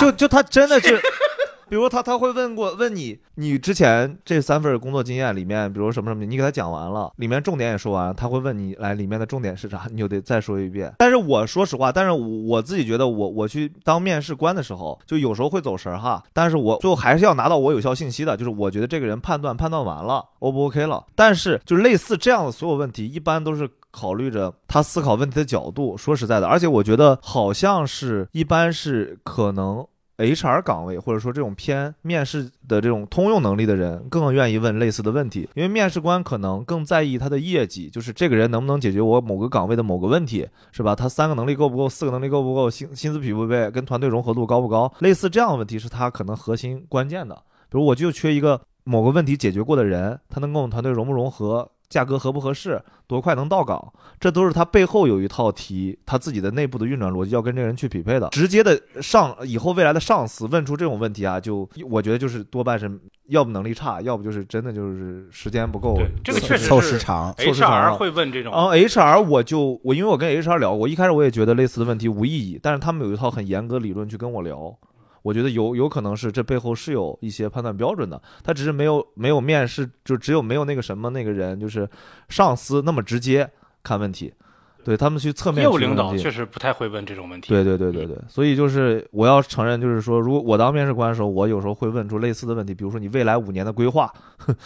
S2: 就就他真的是。 比如他他会问过问你，你之前这三份工作经验里面，比如什么什么，你给他讲完了，里面重点也说完了，他会问你来里面的重点是啥，你就得再说一遍。但是我说实话，但是我我自己觉得我我去当面试官的时候，就有时候会走神儿哈，但是我最后还是要拿到我有效信息的，就是我觉得这个人判断判断完了，O 不 OK 了。但是就是类似这样的所有问题，一般都是考虑着他思考问题的角度。说实在的，而且我觉得好像是一般是可能 HR 岗位或者说这种偏面试的这种通用能力的人更愿意问类似的问题，因为面试官可能更在意他的业绩，就是这个人能不能解决我某个岗位的某个问题，是吧？他三个能力够不够？四个能力够不够？薪薪资匹不匹配？跟团队融合度高不高？类似这样的问题是他可能核心关键的。比如我就缺一个某个问题解决过的人，他能跟我们团队融不融合？价格合不合适？多快能到岗？这都是他背后有一套题，他自己的内部的运转逻辑要跟这个人去匹配的。直接的上以后未来的上司问出这种问题啊，就我觉得就是多半是要不能力差，要不就是真的就是时间不够
S5: 对。这个确实是
S3: 凑时长，
S2: 凑时长
S5: HR
S2: 了
S5: 会问这种。
S2: 然后 HR 哦我就我因为我跟 HR 聊过，一开始我也觉得类似的问题无意义，但是他们有一套很严格理论去跟我聊，我觉得有有可能是这背后是有一些判断标准的，他只是没有没有面试，就只有没有那个什么那个人就是上司那么直接看问题，对他们去侧面
S5: 业务
S2: 去
S5: 领
S2: 问
S5: 导
S2: 问题
S5: 确实不太会问这种问题。嗯
S2: 对对对对对，所以就是我要承认，就是说，如果我当面试官的时候，我有时候会问出类似的问题，比如说你未来五年的规划，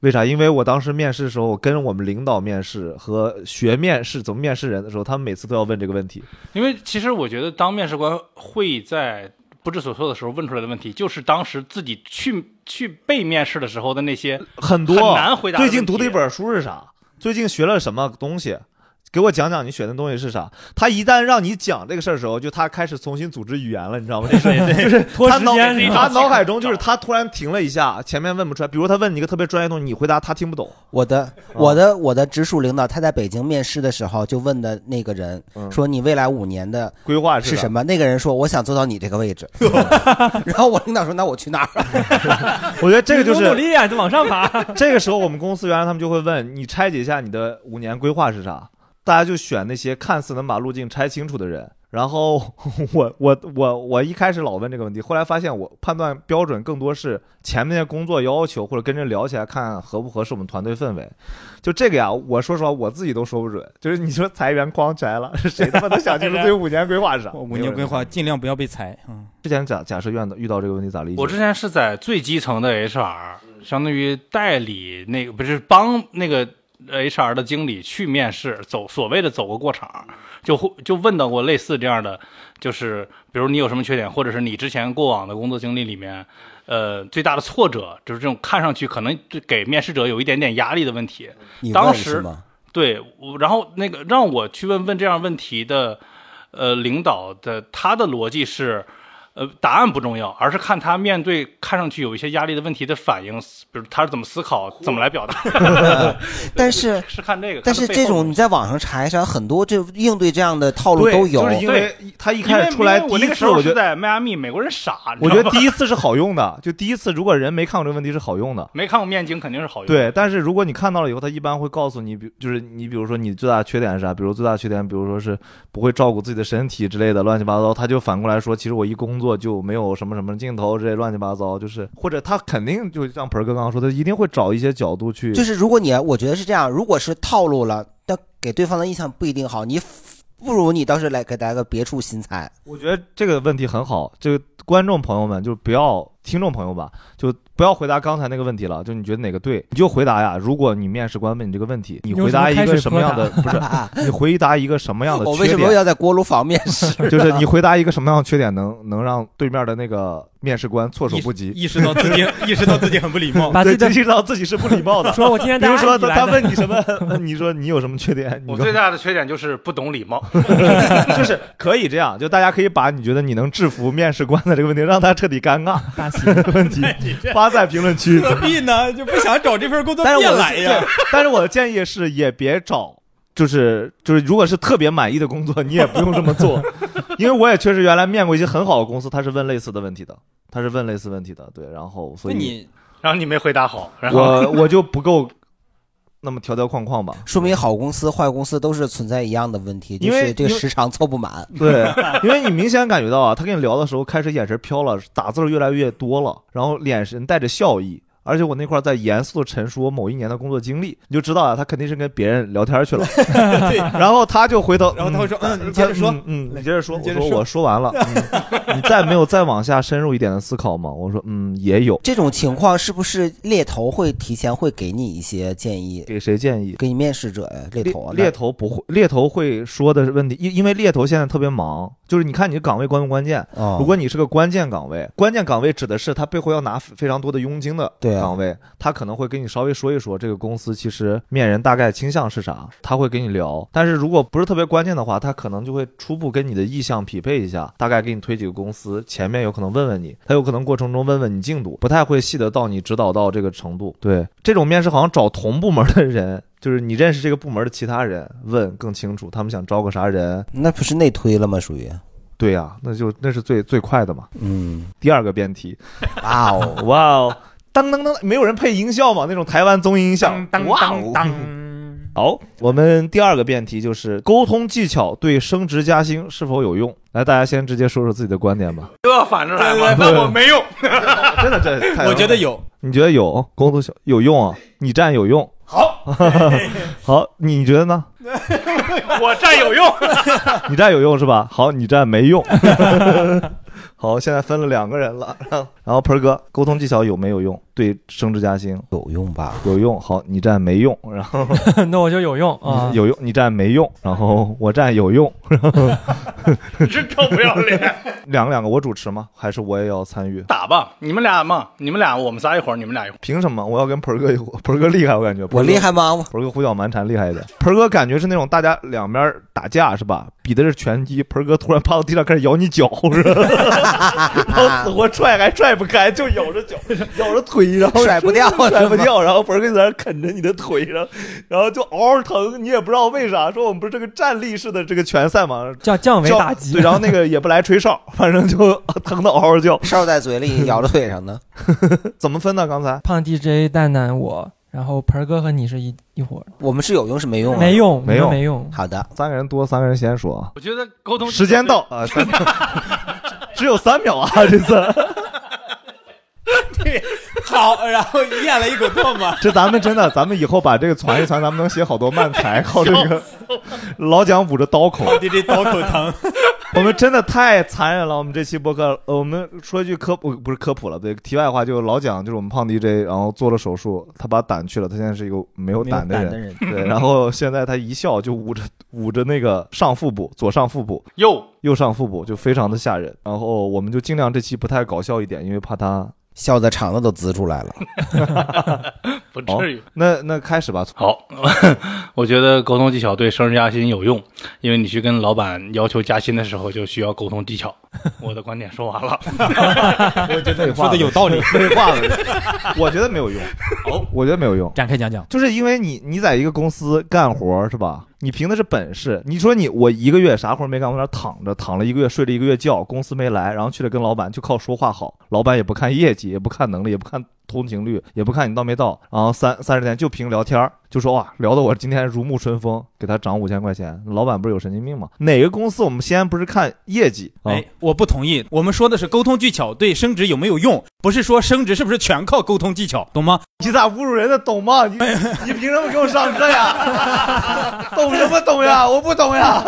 S2: 为啥？因为我当时面试的时候，跟我们领导面试和学面试怎么面试人的时候，他们每次都要问这个问题。
S5: 因为其实我觉得，当面试官会在不知所措的时候问出来的问题，就是当时自己去去被面试的时候的那些
S2: 很
S5: 很
S2: 多
S5: 难回答
S2: 最
S5: 的问题。
S2: 近读的一本书是啥？最近学了什么东西？给我讲讲你学的东西是啥？他一旦让你讲这个事儿的时候，就他开始重新组织语言了，你知道 吗？就是就是
S4: 拖
S2: 他
S4: 时
S2: 脑
S4: 间是
S2: 他
S4: 吧？
S2: 脑海中就是他突然停了一下，前面问不出来。比如他问你一个特别专业的东西，你回答他听不懂。
S3: 我的
S2: 嗯
S3: 我的我的直属领导，他在北京面试的时候就问的那个人
S2: 嗯
S3: 说：“你未来五年的
S2: 规划
S3: 是什
S2: 么？
S3: 么？”那个人说：“我想做到你这个 位置。” 然后我领导说：“那我去哪儿
S2: 我觉 得这个就
S4: 你努
S2: 是
S4: 努力啊，就往 上爬。
S2: 这个时候我们公司原来他们就会问你拆解一下你的五年规划是啥，大家就选那些看似能把路径拆清楚的人。然后 我我我我一开始老问这个问题，后来发现我判断标准更多是前面的工作要求，或者跟人聊起来看合不合适我们团队氛围。就这个呀，我说实话我自己都说不准。就是你说裁员框摘了，谁他妈能想清楚自己五年规划是啥？
S6: 我五年规划尽量不要被裁。嗯，
S2: 之前假假设院的遇到这个问题咋理解？
S5: 我之前是在最基层的 HR，相当于代理那个不是帮那个 HR 的经理去面试，走所谓的走个过场，就会就问到过类似这样的，就是比如你有什么缺点，或者是你之前过往的工作经历里面，呃，最大的挫折，就是这种看上去可能对给面试者有一点点压力的问题。？”
S3: 你
S5: 当
S3: 问
S5: 时
S3: 是吗？
S5: 对，我然后那个让我去问问这样问题的，呃，领导的他的逻辑是，呃，答案不重要，而是看他面对看上去有一些压力的问题的反应，比如他是怎么思考，怎么来表 达。
S3: 但是
S5: 是看这个，
S3: 但是
S5: 看他背
S3: 这
S5: 后
S3: 种你在网上查一查，很多这应对这样的套路都有。
S2: 就是因为他一
S5: 因
S2: 开
S5: 为
S2: 始出来
S5: 因为
S2: 第
S5: 我那
S2: 一
S5: 个时
S2: 次，
S5: 候
S2: 我
S5: 是
S2: 觉得
S5: 在迈阿密，美国人傻，你
S2: 我
S5: 知
S2: 觉得
S5: 道吧
S2: 第一次是好用的， 就第一次如果人没看过这个问题是好用的。
S5: 没看过面经肯定是好用。，
S2: 对，但是如果你看到了以后，他一般会告诉你，比就是你比如说你最大的缺点是啥，比如最大的缺点，比如说是不会照顾自己的身体之类的，乱七八糟，他就反过来说，其实我一工作就没有什么什么镜头之类乱七八糟，就是或者他肯定就像盆儿哥刚刚说的，他一定会找一些角度去，
S3: 就是如果你，我觉得是这样，如果是套路了，但给对方的印象不一定好，你不如你倒是来给大家个别出心裁。
S2: 我觉得这个问题很好，这个观众朋友们就不要，听众朋友吧，就不要回答刚才那个问题了。就你觉得哪个对，你就回答呀。如果你面试官问你这个问题，你回答一个什么 样的？ 不是，你回答一个什么样的
S3: 我
S2: 缺
S3: 为什么
S2: 点？
S3: 要在锅炉 房面试？
S2: 就是你回答一个什么样的缺点能能让对面的那个面试官措手不及？
S6: 意识到 自己意识到自己很不礼貌。
S4: 把自
S2: 对，
S4: 己的。
S2: 意识到自己是不礼貌的
S4: 说，我今天
S2: 比
S4: 答
S2: 如说
S4: 案你
S2: 他
S4: 来
S2: 他
S4: 的
S2: 问你什么，你说你有什么缺点？你
S5: 我
S2: 告
S5: 最大的缺点就是不懂礼 貌。
S2: 就是可以这样，就大家可以把你觉得你能制服面试官的这个问题，让他彻底尴尬
S4: 大喜
S2: 的 问 题发在评论区。
S6: 何必呢？就不想找这份工作
S2: 但是
S6: 别
S2: 我的
S6: 来呀！
S2: 但是我的建议是，也别找，就是就是，如果是特别满意的工作，你也不用这么 做，因为我也确实原来面过一些很好的公司，他是问类似的问题的，他是问类似问题的，对，然后所
S6: 那
S2: 以
S6: 你
S5: 然后你没回答好，然后
S2: 我我就不够那么条条框 框吧，
S3: 说明好公司、坏公司都是存在一样的问题，就
S2: 因为
S3: 是这个
S2: 因为
S3: 时长凑不满。
S2: 对，因为你明显感觉到啊，他跟你聊的时候开始眼神飘了，打字儿越来越多了，然后眼神带着笑意。而且我那块儿在严肃地陈述我某一年的工作经历，你就知道啊，他肯定是跟别人聊天去 了。
S6: 对，
S2: 然后他就回头，
S6: 然后他会说：“嗯，你接
S2: 他
S6: 着说。
S2: 嗯，嗯你接着说。
S6: 你接
S2: 我
S6: 着
S2: 说
S6: 说
S2: 我说完了，嗯 你再没有再往下深入一点的思考吗？我说，嗯，也有。
S3: 这种情况是不是猎头会提前会给你一些建议，
S2: 给谁建议？
S3: 给你面试者呀？猎
S2: 猎
S3: 头啊，
S2: 猎头不会，猎头会说的是问题，因因为猎头现在特别忙，就是你看你的岗位关不关键。
S3: 哦，
S2: 如果你是个关键岗位，关键岗位指的是他背后要拿非常多的佣金的
S3: 对啊
S2: 岗位，他可能会跟你稍微说一说这个公司其实面人大概倾向是啥，他会跟你聊。但是如果不是特别关键的话，他可能就会初步跟你的意向匹配一下，大概给你推几个公司，前面有可能问问你，他有可能过程中问问你进度，不太会细得到你指导到这个程度。对，这种面试好像找同部门的人。就是你认识这个部门的其他人，问更清楚，他们想招个啥人？
S3: 那不是内推了吗？属于，
S2: 对呀、那就那是最最快的嘛。
S3: 嗯，
S2: 第二个辩题，
S3: 哇哦，
S2: 哇哦，当当当，没有人配音效嘛？那种台湾综艺音效，哇哦。好，我们第二个辩题就是沟通技巧对升职加薪是否有用？来，大家先直接说说自己的观点吧。
S5: 这反着来
S6: 对
S5: 吗？
S2: 对对
S5: 那我没用。
S2: 真的，这太
S6: 我觉得，有，
S2: 你觉得有沟通效有用啊？你站有用。
S6: 好，
S2: 好，你觉得呢？
S5: 我占有 用，
S2: 你站有用是吧？好，你站没用。 好，现在分了两个人了。 然后盆儿哥，沟通技巧有没有用？对升职加薪
S3: 有用吧？
S2: 有用。好，你站没用。然后。
S4: 那我就有用啊
S2: 你。嗯有用，你站没用，然后 我站有用，
S5: 你真臭不要脸！
S2: 两个两个我主持吗？还是我也要参与？
S5: 打吧，你们俩嘛，你们俩我们仨一会儿，你们俩一会儿。
S2: 凭什么？我要跟盆儿哥一伙，盆儿哥厉害，我感觉
S3: 我厉，害吗？我
S2: 盆儿哥胡搅蛮缠厉害一点。盆儿哥感觉是那种大家两边打架是吧？比的是拳击，盆儿哥突然趴到地上开始咬你脚是吧？ 然后死活踹还踹不开，就咬着脚，咬着腿，然后
S3: 甩不掉
S2: 甩不
S3: 是吗
S2: 掉，然后盆儿哥在那儿啃着你的腿，然后然后就嗷嗷疼，你也不知道为啥。说我们不是这个站立式的这个拳赛嘛，
S4: 叫降维
S2: 叫
S4: 打击
S2: 对，，然后那个也不来吹哨，反正就疼得嗷嗷叫。
S3: 哨在嘴里，咬着腿上呢。
S2: 怎么分呢？刚才
S4: 胖 DJ 蛋蛋我，然后盆儿哥和你是一一伙儿，
S3: 我们是有用是没用啊？
S4: 没。用，
S2: 没
S4: 你们
S2: 用
S4: 没用。
S3: 好的，
S2: 三个人多，三个人先说啊。
S5: 我觉得沟通
S2: 时间到，啊，三 只有三秒啊，这次
S6: 好，然后咽了一口唾沫。
S2: 这咱们真的，咱们以后把这个传一传，咱们能写好多漫才，靠这个老蒋捂着刀口，
S6: 你这刀口疼，
S2: 我们真的太残忍了。我们这期播客，呃我们说一句科普，不是科普了，对，题外话，就老蒋就是我们胖 DJ，然后做了手术，他把胆去了，他现在是一个没有胆的人，
S6: 人，
S2: 对，然后现在他一笑就捂着捂着那个上腹部，左上腹部、
S5: 哟，
S2: 右上腹部，就非常的吓人。然后我们就尽量这期不太搞笑一点，因为怕他
S3: 笑的肠子都滋出来了。
S5: 不至于。
S2: 那那开始吧，
S5: 好， 我觉得沟通技巧对升职加薪有用，因为你去跟老板要求加薪的时候就需要沟通技 巧。我的观点说完了，
S2: 废
S6: 说的有道理，
S2: 废话了，我觉得没有用，我觉得没有用。
S6: 展开讲讲。
S2: 就是因为你你在一个公司干活儿是吧？你凭的是本事。你说你我一个月啥活儿没干，我在那儿躺着躺了一个月，睡了一个月觉，公司没来，然后去了跟老板就靠说话好，老板也不看业绩，也不看能力，也不看通勤率，也不看你到没到，然后三三十天就凭聊天儿，就说哇聊的我今天如沐春风，给他涨五千块钱，老板不是有神经病吗？哪个公司我们先不是看业绩啊？
S6: 哎，我不同意。我们说的是沟通技巧对升职有没有用，不是说升职是不是全靠沟通技巧，懂吗？
S2: 你咋侮辱人的懂吗？你
S6: 哎
S2: 你凭什么给我上课呀？ 懂什么懂呀？我不懂呀。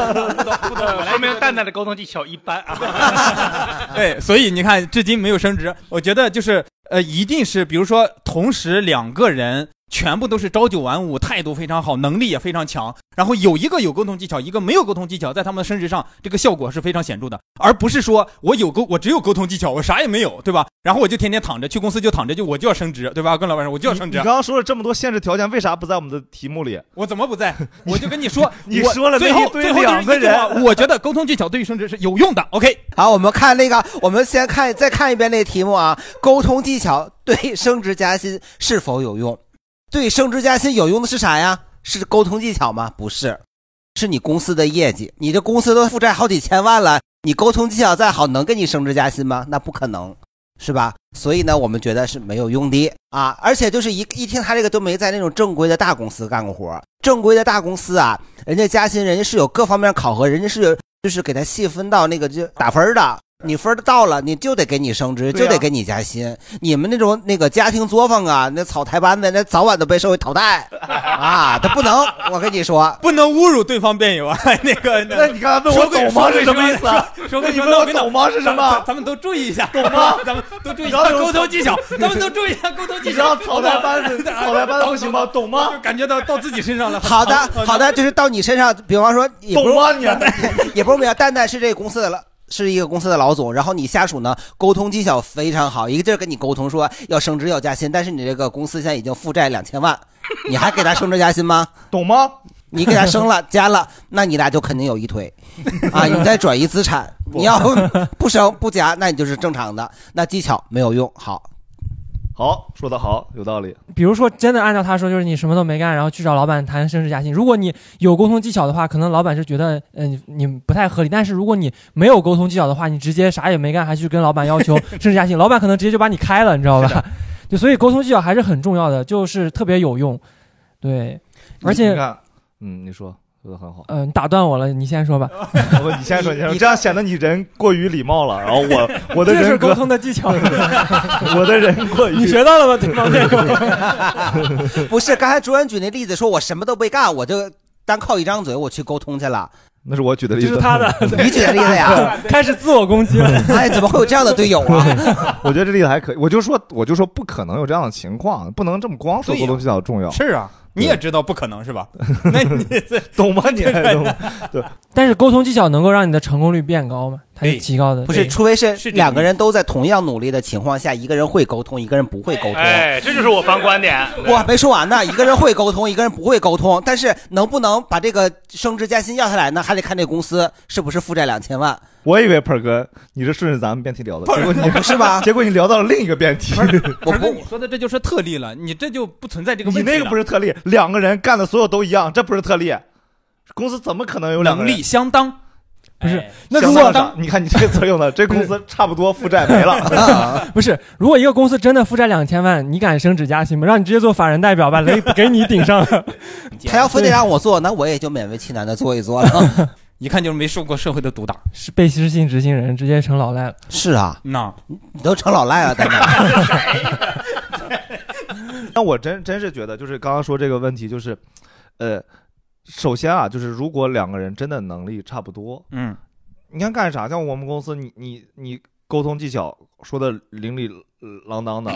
S5: 说明蛋蛋的沟通技巧一般啊。
S6: 对，所以你看，至今没有升职，我觉得就是呃，一定是比如说同时两个人。全部都是朝九晚五，态度非常好，能力也非常强。然后有一个有沟通技巧，一个没有沟通技巧，在他们的升职上，这个效果是非常显著的，而不是说我有沟，我只有沟通技巧，我啥也没有，对吧？然后我就天天躺着，去公司就躺着，就我就要升职，对吧？跟老板说我 就要升
S2: 你
S6: 职
S2: 刚，刚说了这么多限制条件，为啥不在我们的题目里？
S6: 我怎么不在？我就跟你说，
S2: 你
S6: 我
S2: 说了那
S6: 最
S2: 一
S6: 后
S2: 堆
S6: 最后就是
S2: 两个
S6: 一句话
S2: 人
S6: 我觉得沟通技巧对于升职是有用的。OK，
S3: 好，我们看那个，我们先看再看一遍那题目啊，沟通技巧对升职加薪是否有用？对升职加薪有用的是啥呀？是沟通技巧吗？不是，是你公司的业绩。你这公司都负债好几千万了，你沟通技巧再好，能给你升职加薪吗？那不可能，是吧？所以呢，我们觉得是没有用的啊。而且就是一一听他这个都没在那种正规的大公司干过活儿，正规的大公司啊，人家加薪，人家是有各方面考核，人家是有就是给他细分到那个就打分儿的。你分儿到了，你就得给你升职，
S2: 对呀
S3: 就得给你加薪。你们那种那个家庭作风啊，那草台班子，那早晚都被社会淘 汰啊！他不能，我跟你说，
S6: 不能侮辱对方辩友啊。 那个，
S2: 那你刚才问我懂吗是什么意思啊？那
S6: 说归
S2: 你
S6: 说
S2: 问
S6: 归，
S2: 我懂吗是什
S6: 咱
S2: 么？啊
S6: 咱们都注意一下，
S2: 懂吗？
S6: 咱们都注意一
S2: 你
S6: 下
S2: 要有
S6: 沟通技巧，咱们都注意一下沟通技
S2: 你
S6: 巧。
S2: 让草台班子，草台班子不行吗？懂
S6: 我
S2: 吗？
S6: 就感觉到到自己身上了。
S3: 好的，好的，就是到你身上，比方说，也不
S2: 懂
S3: 是
S2: 吗？你啊
S3: 也不是没有，蛋蛋是这个公司的老，是一个公司的老总，然后你下属呢沟通技巧非常好，一个劲儿跟你沟通说要升职要加薪，但是你这个公司现在已经负债两千万，你还给他升职加薪吗？
S2: 懂吗？
S3: 你给他升了加了，那你俩就肯定有一腿，啊，你再转移资产，你要不升不加，那你就是正常的，那技巧没有用。好，
S2: 好，说的好，有道理。
S4: 比如说，真的按照他说，就是你什么都没干，然后去找老板谈升职加薪。如果你有沟通技巧的话，可能老板是觉得，嗯、你你不太合理。但是如果你没有沟通技巧的话，你直接啥也没干，还去跟老板要求 升职加薪，老板可能直接就把你开了，你知道吧？就所以沟通技巧还是很重要的，就是特别有用。对，而
S2: 你
S4: 且
S2: 看，嗯，你说说的很好。
S4: 嗯、你打断我了，你先说吧。
S2: 我问你先说，你先说，这样显得你人过于礼貌了。然后我我的
S4: 这是
S2: 人
S4: 沟
S2: 格，
S4: 通的技巧，
S2: 我的人过于
S4: 你学到了吗？对方这个。
S3: 不是刚才卓然举那例子，说我什么都没干，我就单靠一张嘴我去沟通去了，
S2: 那是我举的例
S4: 这
S2: 子，
S4: 是他的，
S3: 你举的例子呀？
S4: 开始自我攻 击了。
S3: 哎，怎么会有这样的队友啊？
S2: 我觉得这例子还可以。我就说，我就说不可能有这样的情况，不能这么光说
S6: 对呀
S2: 沟通技巧重要，
S6: 是啊，你也知道不可 能是吧？那你这
S2: 懂吗？你懂吗？
S4: 但是沟通技巧能够让你的成功率变高嘛？它
S2: 哎
S4: 是
S6: 对
S4: 提高的。
S3: 不是，
S6: 对
S3: 除非是
S6: 是这个
S3: 两个人都在同样努力的情况下，一个人会沟通，一个人不会沟通。
S5: 哎，这就是我方观点。
S6: 哎
S3: 我还没说完呢，一个人会沟通，一个人不会沟通，但是能不能把这个升职加薪要下来呢，还得看这公司是不是负债两千万，
S2: 我以为鹏哥你是顺着咱们辩题聊的，结果你？
S3: 不是吧
S2: 结果你聊到了另一个辩题，
S3: 我
S6: 鹏哥
S3: 不
S6: 你说的这就是特例了，你这就不存在这 个
S2: 你
S6: 问题了。啊
S2: 那个不是特例，两个人干的所有都一样，这不是特例。公司怎么可能有两个
S6: 能
S2: 人
S6: 力？相当，
S4: 不是
S6: 哎
S4: 那如
S2: 想
S4: 果
S2: 到啥你看你这个词用的，这公司差不多负债没了。
S3: 啊，
S4: 不是，如果一个公司真的负债两千万，你敢升职加薪吗？让你直接做法人代表吧， 给给你顶上了。
S3: 他要非得让我做，那我也就勉为其难的做一做了。
S6: 一看就是没受过社会的毒打。
S4: 是被失信执行人，直接成老赖了。
S3: 是啊，
S6: 那
S3: 你都成老赖了，丹 丹。
S2: 那我真真是觉得，就是刚刚说这个问题，就是，呃，首先啊，就是如果两个人真的能力差不多，
S6: 嗯，
S2: 你看干啥？像我们公司，你你你沟通技巧说的淋漓啷当的，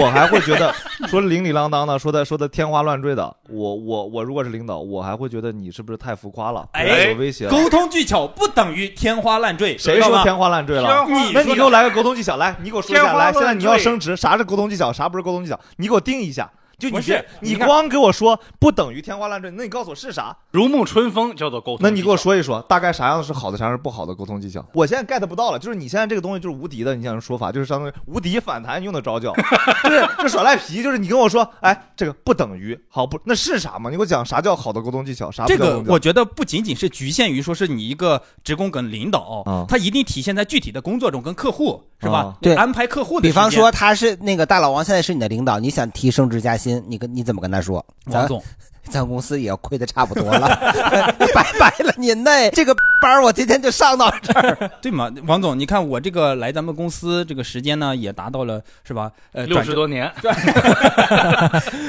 S2: 我还会觉得说得淋漓啷当的，说的说的天花乱坠的，我我我如果是领导，我还会觉得你是不是太浮夸了，
S6: 哎
S2: 有威胁了。
S6: 沟通技巧不等于天花乱坠，
S2: 谁
S6: 知道
S2: 说
S6: 吗
S2: 天花乱坠
S5: 天
S2: 了
S5: 花？乱坠
S2: 那你给我来个沟通技巧，来，你给我说一
S5: 天
S2: 下，
S5: 花
S2: 来，
S5: 乱坠
S2: 现在你要升职，啥是沟通技巧，啥不是沟通技巧？你给我定一下，就你
S6: 不是
S2: 别
S6: 你
S2: 你
S6: 看
S2: 光给我说不等于天花乱坠，那你告诉我是啥？
S5: 如沐春风叫做沟通。
S2: 那你给我，说一说，大概啥样是好的，啥样是不好的沟通技巧？我现在 get 不到了，就是你现在这个东西就是无敌的，你想说法就是相当于无敌反弹用的招叫，就是就耍赖皮，就是你跟我说，哎，这个不等于好不，那是啥嘛？你给我讲啥叫好的沟通技巧，啥不
S6: 这
S2: 叫沟
S6: 个
S2: 通技巧
S6: 我觉得不仅仅是局限于说是你一个职工跟领
S2: 啊
S6: 导，它一定体现在具体的工作中，跟客户是
S2: 啊
S6: 吧？
S3: 对
S6: 安排客户的
S3: 比方
S6: 时间
S3: 说他是那个大老王，现在是你的领导，你想提升职加薪，你跟你怎么跟他说？咱
S6: 王总，
S3: 咱公司也要亏的差不多了， 拜拜了您嘞！这个班儿我今天就上到这儿。
S6: 对嘛？王总，你看我这个来咱们公司这个时间呢，也达到了是吧？呃，
S5: 六
S6: 转
S5: 十
S6: 正
S5: 多年，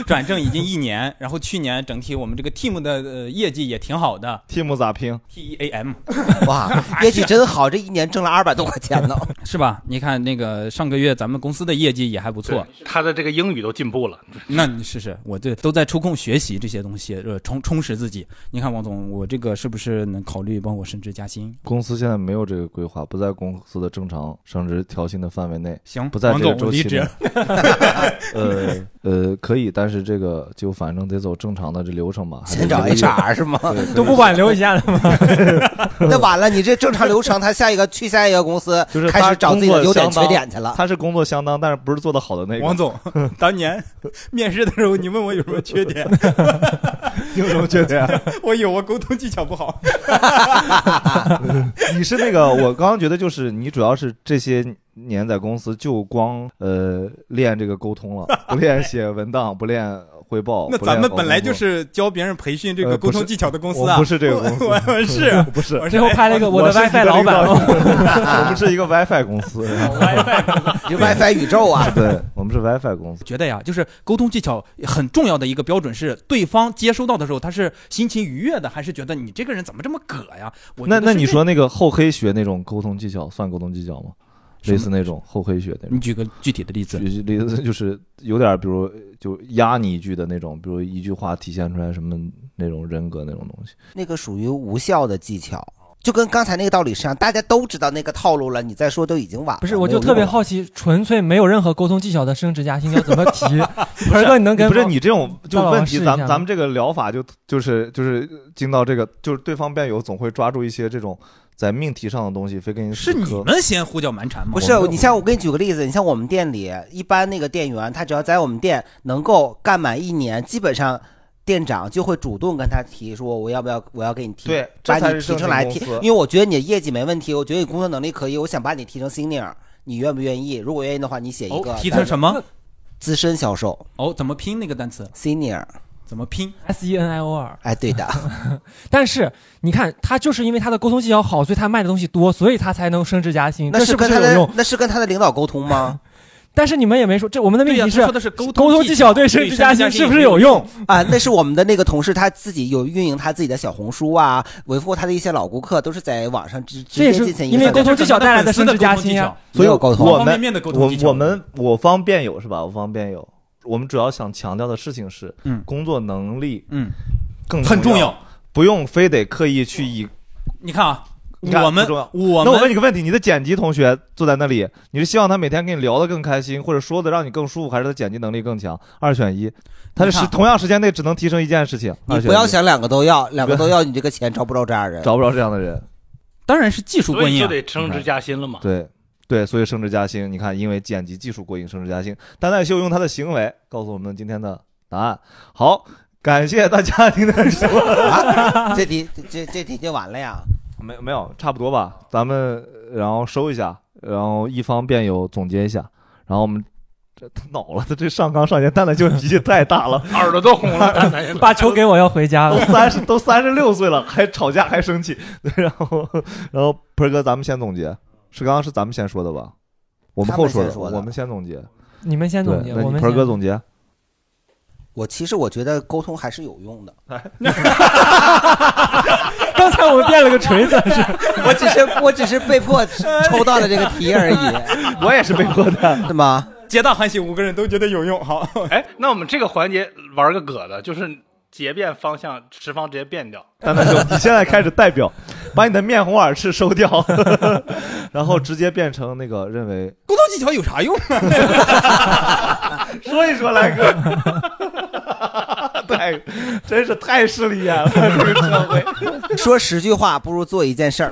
S6: 转正已经一年，然后去年整体我们这个 team 的呃业绩也挺好的
S2: team 咋拼？
S6: ，T E A M
S3: 哇，业绩真好，这一年挣了二百多块钱 呢。
S6: 是吧？你看那个上个月咱们公司的业绩也还不错，
S5: 对，他的这个英语都进步了。
S6: 那你试试，我这都在抽空学习这些东西，呃，充充实自己。你看王总，我这个是不是能考虑帮我升职加薪？
S2: 公司现在没有这个规划，不在公司的正常升职调薪的范围内，
S6: 行，
S2: 不在这
S6: 王
S2: 个
S6: 总，我
S2: 周
S6: 离
S2: 期
S6: 职
S2: 内。。呃呃，可以，但是这个就反正得走正常的这流程吧。还得
S3: 先找
S2: 一个月
S3: HR 是 吗？
S2: 对
S4: 都不挽留一下的 吗？
S3: 那完了，你这正常流程，他下一个去下一个公司，
S2: 就是
S3: 开
S2: 他
S3: 始找自己的
S2: 工作
S3: 优点
S2: 相
S3: 缺
S2: 当
S3: 点去了。
S2: 他是工作相当，但是不是做的好的那个。
S6: 王总，当年面试的时候，你问我有什么缺点，
S2: 有什么缺点？
S6: 我有，我沟通技巧不好。
S2: 你是那个，我刚刚觉得就是你主要是这些年在公司就光呃练这个沟通了，不 练写文档，不练汇报。
S6: 那
S2: 哦不练
S6: 咱们本来
S2: 搞工作
S6: 就是教别人培训这
S2: 呃
S6: 个
S2: 不
S6: 沟
S2: 是
S6: 通技巧的公司
S2: 我
S6: 啊，
S2: 不是这个公司
S6: 我 我是啊
S2: 不是。
S6: 我是
S4: 最后拍了一个我的
S2: 是你
S4: WiFi 老
S2: 领导
S4: 板，
S2: 我们是一个 WiFi 公司，
S3: 这 WiFi 宇宙啊，
S2: 对，我们是 WiFi 公司。
S6: 觉得呀，就是沟通技巧很重要的一个标准是，对方接收到的时候，他是心情愉悦的，还是觉得你这个人怎么这么葛呀？我
S2: 那
S6: 觉得
S2: 那
S6: 是
S2: 你说那个厚黑学那种沟通技巧算沟通技巧吗？
S6: 什么
S2: 类似那种厚黑学那种
S6: 你，举个具体的例子，
S2: 就类似就是有点比如就压你一句的那种，比如一句话体现出来什么那种人格那种东西。
S3: 那个属于无效的技巧，就跟刚才那个道理是一样，大家都知道那个套路了，你再说都已经晚了。
S4: 不是，我
S3: 没有
S4: 就特别
S3: 用了
S4: 好奇，纯粹没有任何沟通技巧的升职加薪要怎么 提？盆儿哥，你能跟
S2: 不是你这种就
S4: 大佬
S2: 问
S4: 试
S2: 题，
S4: 一
S2: 咱
S4: 下
S2: 咱们这个疗法就就是就是进到这个，就是对方辩友总会抓住一些这种在命题上的东西，非跟你
S6: 是
S2: 死
S6: 你
S2: 磕
S6: 们先胡搅蛮缠吗？
S3: 不
S2: 没
S3: 是
S2: 有
S3: 你像我给你举个例子，你像我们店里一般那个店员，他只要在我们店能够干满一年，基本上店长就会主动跟他提说我要不要我要给你提，
S2: 对，这
S3: 把
S2: 才
S3: 你
S2: 是
S3: 提
S2: 正经
S3: 升来
S2: 公
S3: 提，
S2: 司
S3: 因为我觉得你的业绩没问题，我觉得你工作能力可以，我想把你提成 senior，你愿不愿意？如果愿意的话，你写一个
S6: 哦，提成什么？
S3: 资深销售
S6: 哦，怎么拼那个单词？
S3: senior，
S6: 怎么拼？
S4: S E N I O R？
S3: 哎，对 的，
S4: 但是你看，他就是因为他的沟通技巧好，所以他卖的东西多，所以他才能升职加薪。
S3: 那
S4: 这是不
S3: 跟
S4: 是
S3: 他
S4: 有
S3: 的
S4: 用？
S3: 那是跟他的领导沟通吗？
S4: 但是你们也没说，这我们的命
S6: 对呀、
S4: 题
S6: 他
S4: 是
S6: 说的是沟
S4: 沟通
S6: 技
S4: 技巧对升职加薪是不是有用？
S3: 啊，那是我们的那个同事，他自己有运营他自己的小红书啊，维护他的一些老顾客，都是在网上直直
S4: 这也
S3: 接
S4: 是
S3: 进行一
S4: 因
S3: 个
S4: 为
S3: 小
S4: 沟
S3: 的
S4: 通技巧带来的升职加薪啊
S6: 呀？
S2: 所以
S3: 没有沟通
S2: 我
S6: 方
S2: 们
S6: 面的沟通
S2: 我
S6: 技巧
S2: 我们我方辩友是吧？我方辩友，我们主要想强调的事情是，
S6: 嗯
S2: 工作能力
S6: 嗯，
S2: 更
S6: 很重
S2: 重，
S6: 要。
S2: 不用非得刻意去以。
S6: 你看啊，
S2: 你看
S6: 我们
S2: 不重要
S6: 我
S2: 那我问
S6: 们
S2: 你个问题，你的剪辑同学坐在那里，你是希望他每天跟你聊得更开心，或者说的让你更舒服，还是他剪辑能力更强？二选一，他是
S6: 你
S2: 时
S6: 看
S2: 同样时间内只能提升一件事情。
S3: 你
S2: 二选
S3: 不要
S2: 一
S3: 想两个都要，两个都要，你这个钱招不着这样人。
S2: 找不着这样的人，
S6: 当然是技术
S5: 所
S6: 过
S5: 以
S6: 硬
S5: 就
S6: 啊。
S5: 得升职加薪了嘛。
S2: 对对，所以升职加薪。你看，因为剪辑技术过硬，升职加薪。丹奈秀用他的行为告诉我们今天的答案。好，感谢大家今天的收听。
S3: 啊，这题这这题就完了呀。
S2: 没没有，差不多吧。咱们呃然后收一下，然后一方辩友总结一下，然后我们这他恼了，他这上纲上线，蛋蛋就脾气太大了，
S5: 耳朵都红 了，大男人
S4: 把球给我，要回 家
S2: 都
S4: 了。
S2: 三十都三十六岁了，还吵架还生气。 对，然后然后鹏哥，咱们先总结，是刚刚是咱们先说的吧？我们
S3: 他
S2: 后
S3: 们
S2: 说
S3: 先
S2: 的，
S3: 说的
S2: 我们先总结。
S4: 你们先
S2: 对
S4: 总，结，
S2: 那
S4: 我
S2: 你
S4: 们
S2: 鹏
S4: 先
S2: 哥总结。
S3: 我其实我觉得沟通还是有 用的，
S4: 刚才我们变了个锤子，是
S3: 我只是我只是被迫抽到了这个题而 已，
S2: 我也是被迫的。
S3: 对吗？
S6: 皆大欢喜，五个人都觉得有用。好，
S5: 哎，那我们这个环节玩个葛的，就是结变方向，持方直接变掉。
S2: 丹丹兄，你现在开始代表，把你的面红耳赤收掉， 然后直接变成那个认为
S6: 沟通技巧有啥用？
S2: 说一说来哥。 真是太势利眼了，这个社会。
S3: 说十句话不如做一件事儿。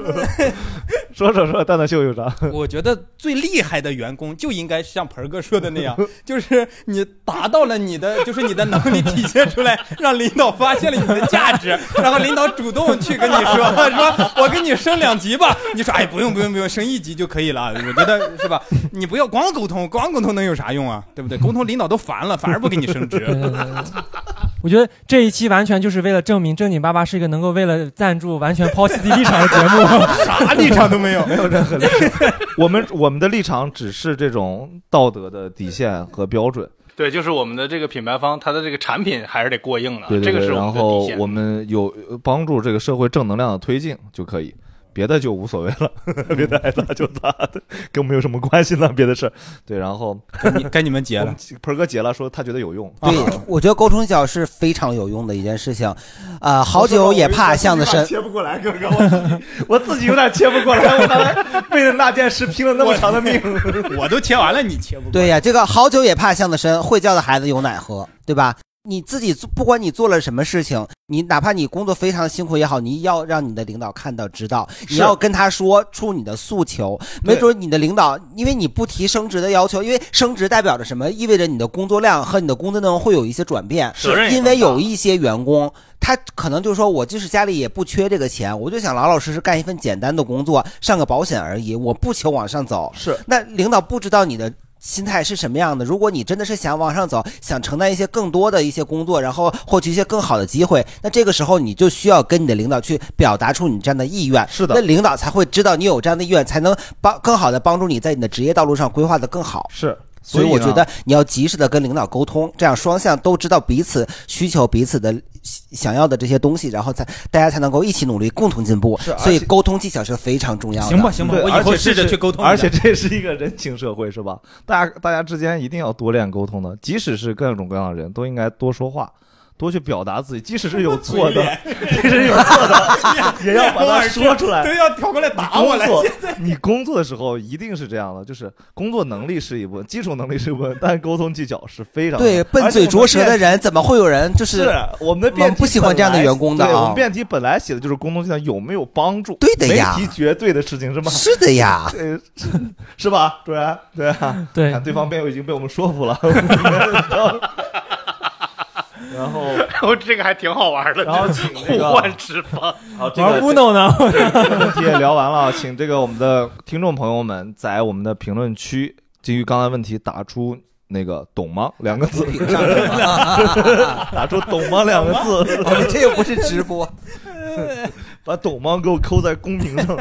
S2: 说说说，蛋蛋秀有啥？
S6: 我觉得最厉害的员工就应该像盆儿哥说的那样， 就是你达到了你的，就是你的能力体现出来，让领导发现了你的价值， 然后领导主动去跟你说， 说我给你升两级吧， 你说哎不用不用不用，升一级就可以了，我觉得是吧？你不要光沟通，光沟通能有啥用啊？对不对？沟通领导都烦了，反而不给你升职。
S4: 对对对对我觉得这一期完全就是为了证明正经八八是一个能够为了赞助完全抛弃自己立场的节目。
S6: 啥立场都没有。
S2: 没有任何立场。 我们我们的立场只是这种道德的底线和标准。
S5: 对，就是我们的这个品牌方，它的这个产品还是得过硬的，啊
S2: 对对对，
S5: 这个是我
S2: 然
S5: 们的底
S2: 后
S5: 线。
S2: 我们有呃帮助这个社会正能量的推进就可以，别的就无所谓了， 别的爱咋就咋的， 跟我们有什么关系呢？别的 事儿。对，然后
S6: 该你该你们结
S2: 我
S6: 了
S2: 们。盆儿哥结了，说他觉得有用。
S3: 对， 我觉得沟通小是非常有用的一件事情，啊，好酒也怕巷 子深。
S2: 切不过来，哥哥，我自己 我自己有点切不过来，我刚才为了那件事拼了那么长的命。
S6: 我都切完了，你切不过。
S3: 对呀、这个好酒也怕巷子深，会叫的孩子有奶喝，对吧？你自己做，不管你做了什么事情，你哪怕你工作非常辛苦也好，你要让你的领导看到、知道，你要跟他说出你的诉求。没准你的领导，因为你不提升职的要求，因为升职代表着什么？意味着你的工作量和你的工作内容会有一些转变。
S5: 是责任也
S3: 因为
S5: 更大
S3: 有一些员工，他可能就说，我就是家里也不缺这个钱，我就想老老实实干一份简单的工作，上个保险而已，我不求往上 走。
S2: 是，
S3: 那领导不知道你的。心态是什么样的？如果你真的是想往上走，想承担一些更多的一些工作，然后获取一些更好的机会，那这个时候你就需要跟你的领导去表达出你这样的意愿。
S2: 是的
S3: 那领导才会知道你有这样的意愿，才能帮更好的帮助你在你的职业道路上规划的更好。
S2: 是，
S3: 所以我
S2: 呢
S3: 觉得你要及时的跟领导沟通，这样双向都知道彼此需求、彼此的想要的这些东西，然后才大家才能够一起努力，共同进步
S2: 是而。且
S3: 所以沟通技巧是非常重要的。
S6: 行吧，行吧，
S2: 对，
S6: 我以
S2: 而
S6: 后
S2: 且
S6: 试
S2: 这
S6: 着
S2: 是
S6: 去沟通一下。
S2: 而且这是一个人情社会，是吧？大家大家之间一定要多练沟通的，即使是各种各样的人都应该多说话。多去表达自己，即使是 有错的，即使有错的，也要把它 说出
S6: 都
S2: 来。
S6: 要调过来打我
S2: 工
S6: 来。
S2: 作，你工作的时候一定是这样的，就是工作能力是一部分，基础能力是一部分，但沟通技巧是非常
S3: 对，笨嘴拙舌的
S2: 人。
S3: 人怎么会有人就是啊
S2: 是我们的
S3: 我
S2: 辩
S3: 们
S2: 题
S3: 不喜欢这样的员工的啊
S2: 本来对我们辩题本来写的就是工作技巧有没有帮助，
S3: 对的呀
S2: 没提绝对的事情是 吗？
S3: 是的呀，
S2: 对，是是吧？主任，对啊，
S4: 对
S2: 看对方辩友已经被我们说服 了。然后，
S5: 然后这个还挺好玩的，
S2: 然后
S5: 就
S2: 请
S5: 互
S2: 那个
S5: 换职 方，
S2: 好，这
S4: 玩
S2: 个
S4: Uno 呢？
S2: 问题也聊完了，啊 请这个我们的听众朋友们在我们的评论区基于刚才问题打出那个“懂吗”两 个字，
S3: 评上去了啊
S2: 打出“懂吗”两个字，
S3: 我们这又不是直播，
S2: 把“懂吗”给我扣在公屏上。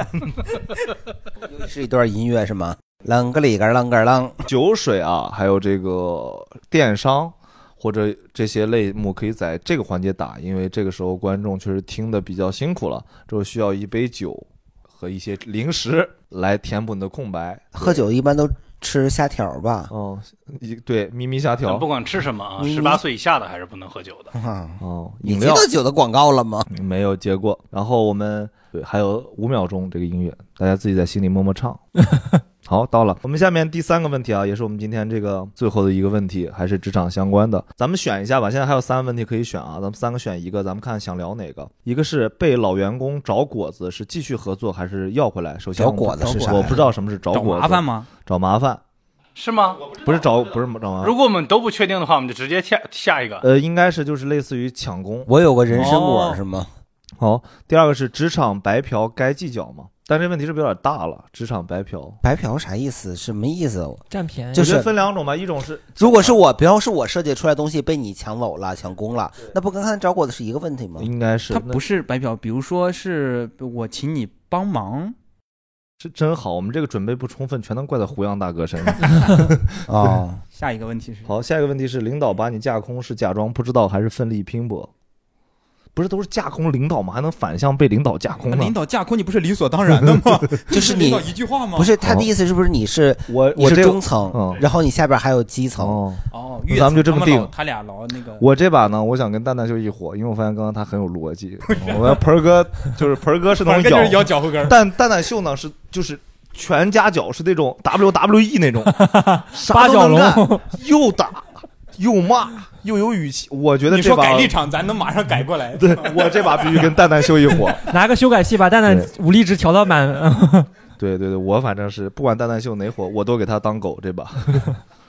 S3: 是一段音乐是吗？啷个里个啷个啷，
S2: 酒水啊，还有这个电商或者这些类目，可以在这个环节打，因为这个时候观众确实听得比较辛苦了，之后需要一杯酒和一些零食来填补你的空白。
S3: 喝酒一般都吃虾条吧？
S2: 哦，一对咪咪虾
S5: 咱
S2: 条
S5: 不，管吃什么啊，
S3: 嗯
S5: 十八岁以下的还是不能喝酒 的。
S3: 啊
S2: 哦，
S3: 你
S2: 饮
S3: 接
S2: 料
S3: 到酒的广告了吗？
S2: 没有结果。然后我们对还有五秒钟这个音乐，大家自己在心里默默唱。好，到了。我们下面第三个问题啊，也是我们今天这个最后的一个问题，还是职场相关的。咱们选一下吧，现在还有三个问题可以选啊，咱们三个选一个，咱们看想聊哪个。一个是被老员工找果子，是继续合作还是要回来？首先
S3: 找
S2: 我们
S3: 果子是啥
S2: 我不知道什么是找
S6: 找
S2: 果子，
S6: 麻烦吗？
S2: 找麻烦，
S5: 是吗？
S2: 不是找不是找麻烦
S5: 如，果我们都不确定的话，我们就直接下下一个。
S2: 呃，应该是就是类似于抢功，
S3: 我有个人参果
S6: 哦
S3: 是吗？
S2: 好，第二个是职场白嫖该计较吗？但这问题是不是有点大了？职场白嫖，
S3: 白嫖啥意思？什么意思？
S4: 占便宜
S3: 就
S2: 我
S3: 是
S2: 觉得分两种吧，一种是
S3: 如果是我，比方说我设计出来的东西被你抢走了、抢功了，那不跟刚才找果子是一个问题吗？
S2: 应该是
S6: 他
S2: 那
S6: 不是白嫖，比如说是我请你帮忙，
S2: 是真好，我们这个准备不充分，全能怪在胡杨大哥身上。
S3: 哦，
S6: 下一个问题是
S2: 好，下一个问题是领导把你架空是假装不知道还是奋力拼搏？不是都是架空领导吗？还能反向被领导架空呢
S6: 领？导架空你不是理所当然的 吗？
S3: 就是
S6: 领
S3: 你
S6: 导一句话吗？
S3: 不是他的
S2: 好
S3: 意思，是不是你是
S2: 我
S3: 你
S2: 我
S3: 是
S2: 这
S3: 中层
S2: 嗯，
S3: 然后你下边还有基层？
S2: 哦，
S6: 哦，
S2: 那
S6: 越
S2: 咱们就这么
S6: 层他们老
S2: 定
S6: 他俩老那个
S2: 我这把呢，我想跟蛋蛋秀一伙，因为我发现刚刚他很有逻辑。我要盆儿哥就是盆儿哥是能
S6: 反正就是咬脚后跟 儿。
S2: 但蛋蛋秀呢是就是全 E 夹脚是那种 WWE 那种，啥
S4: 八
S2: 都
S4: 角
S2: 能
S4: 笼
S2: 干，又打又骂又有语气，我觉得
S6: 你
S2: 这
S6: 说
S2: 把
S6: 改立场，咱能马上改过 来。
S2: 对我这把必须跟蛋蛋修一伙。
S4: 拿个修改器把蛋蛋武力值调到满。
S2: 对对对，我反正是不管蛋蛋秀哪伙，我都给他当狗这把。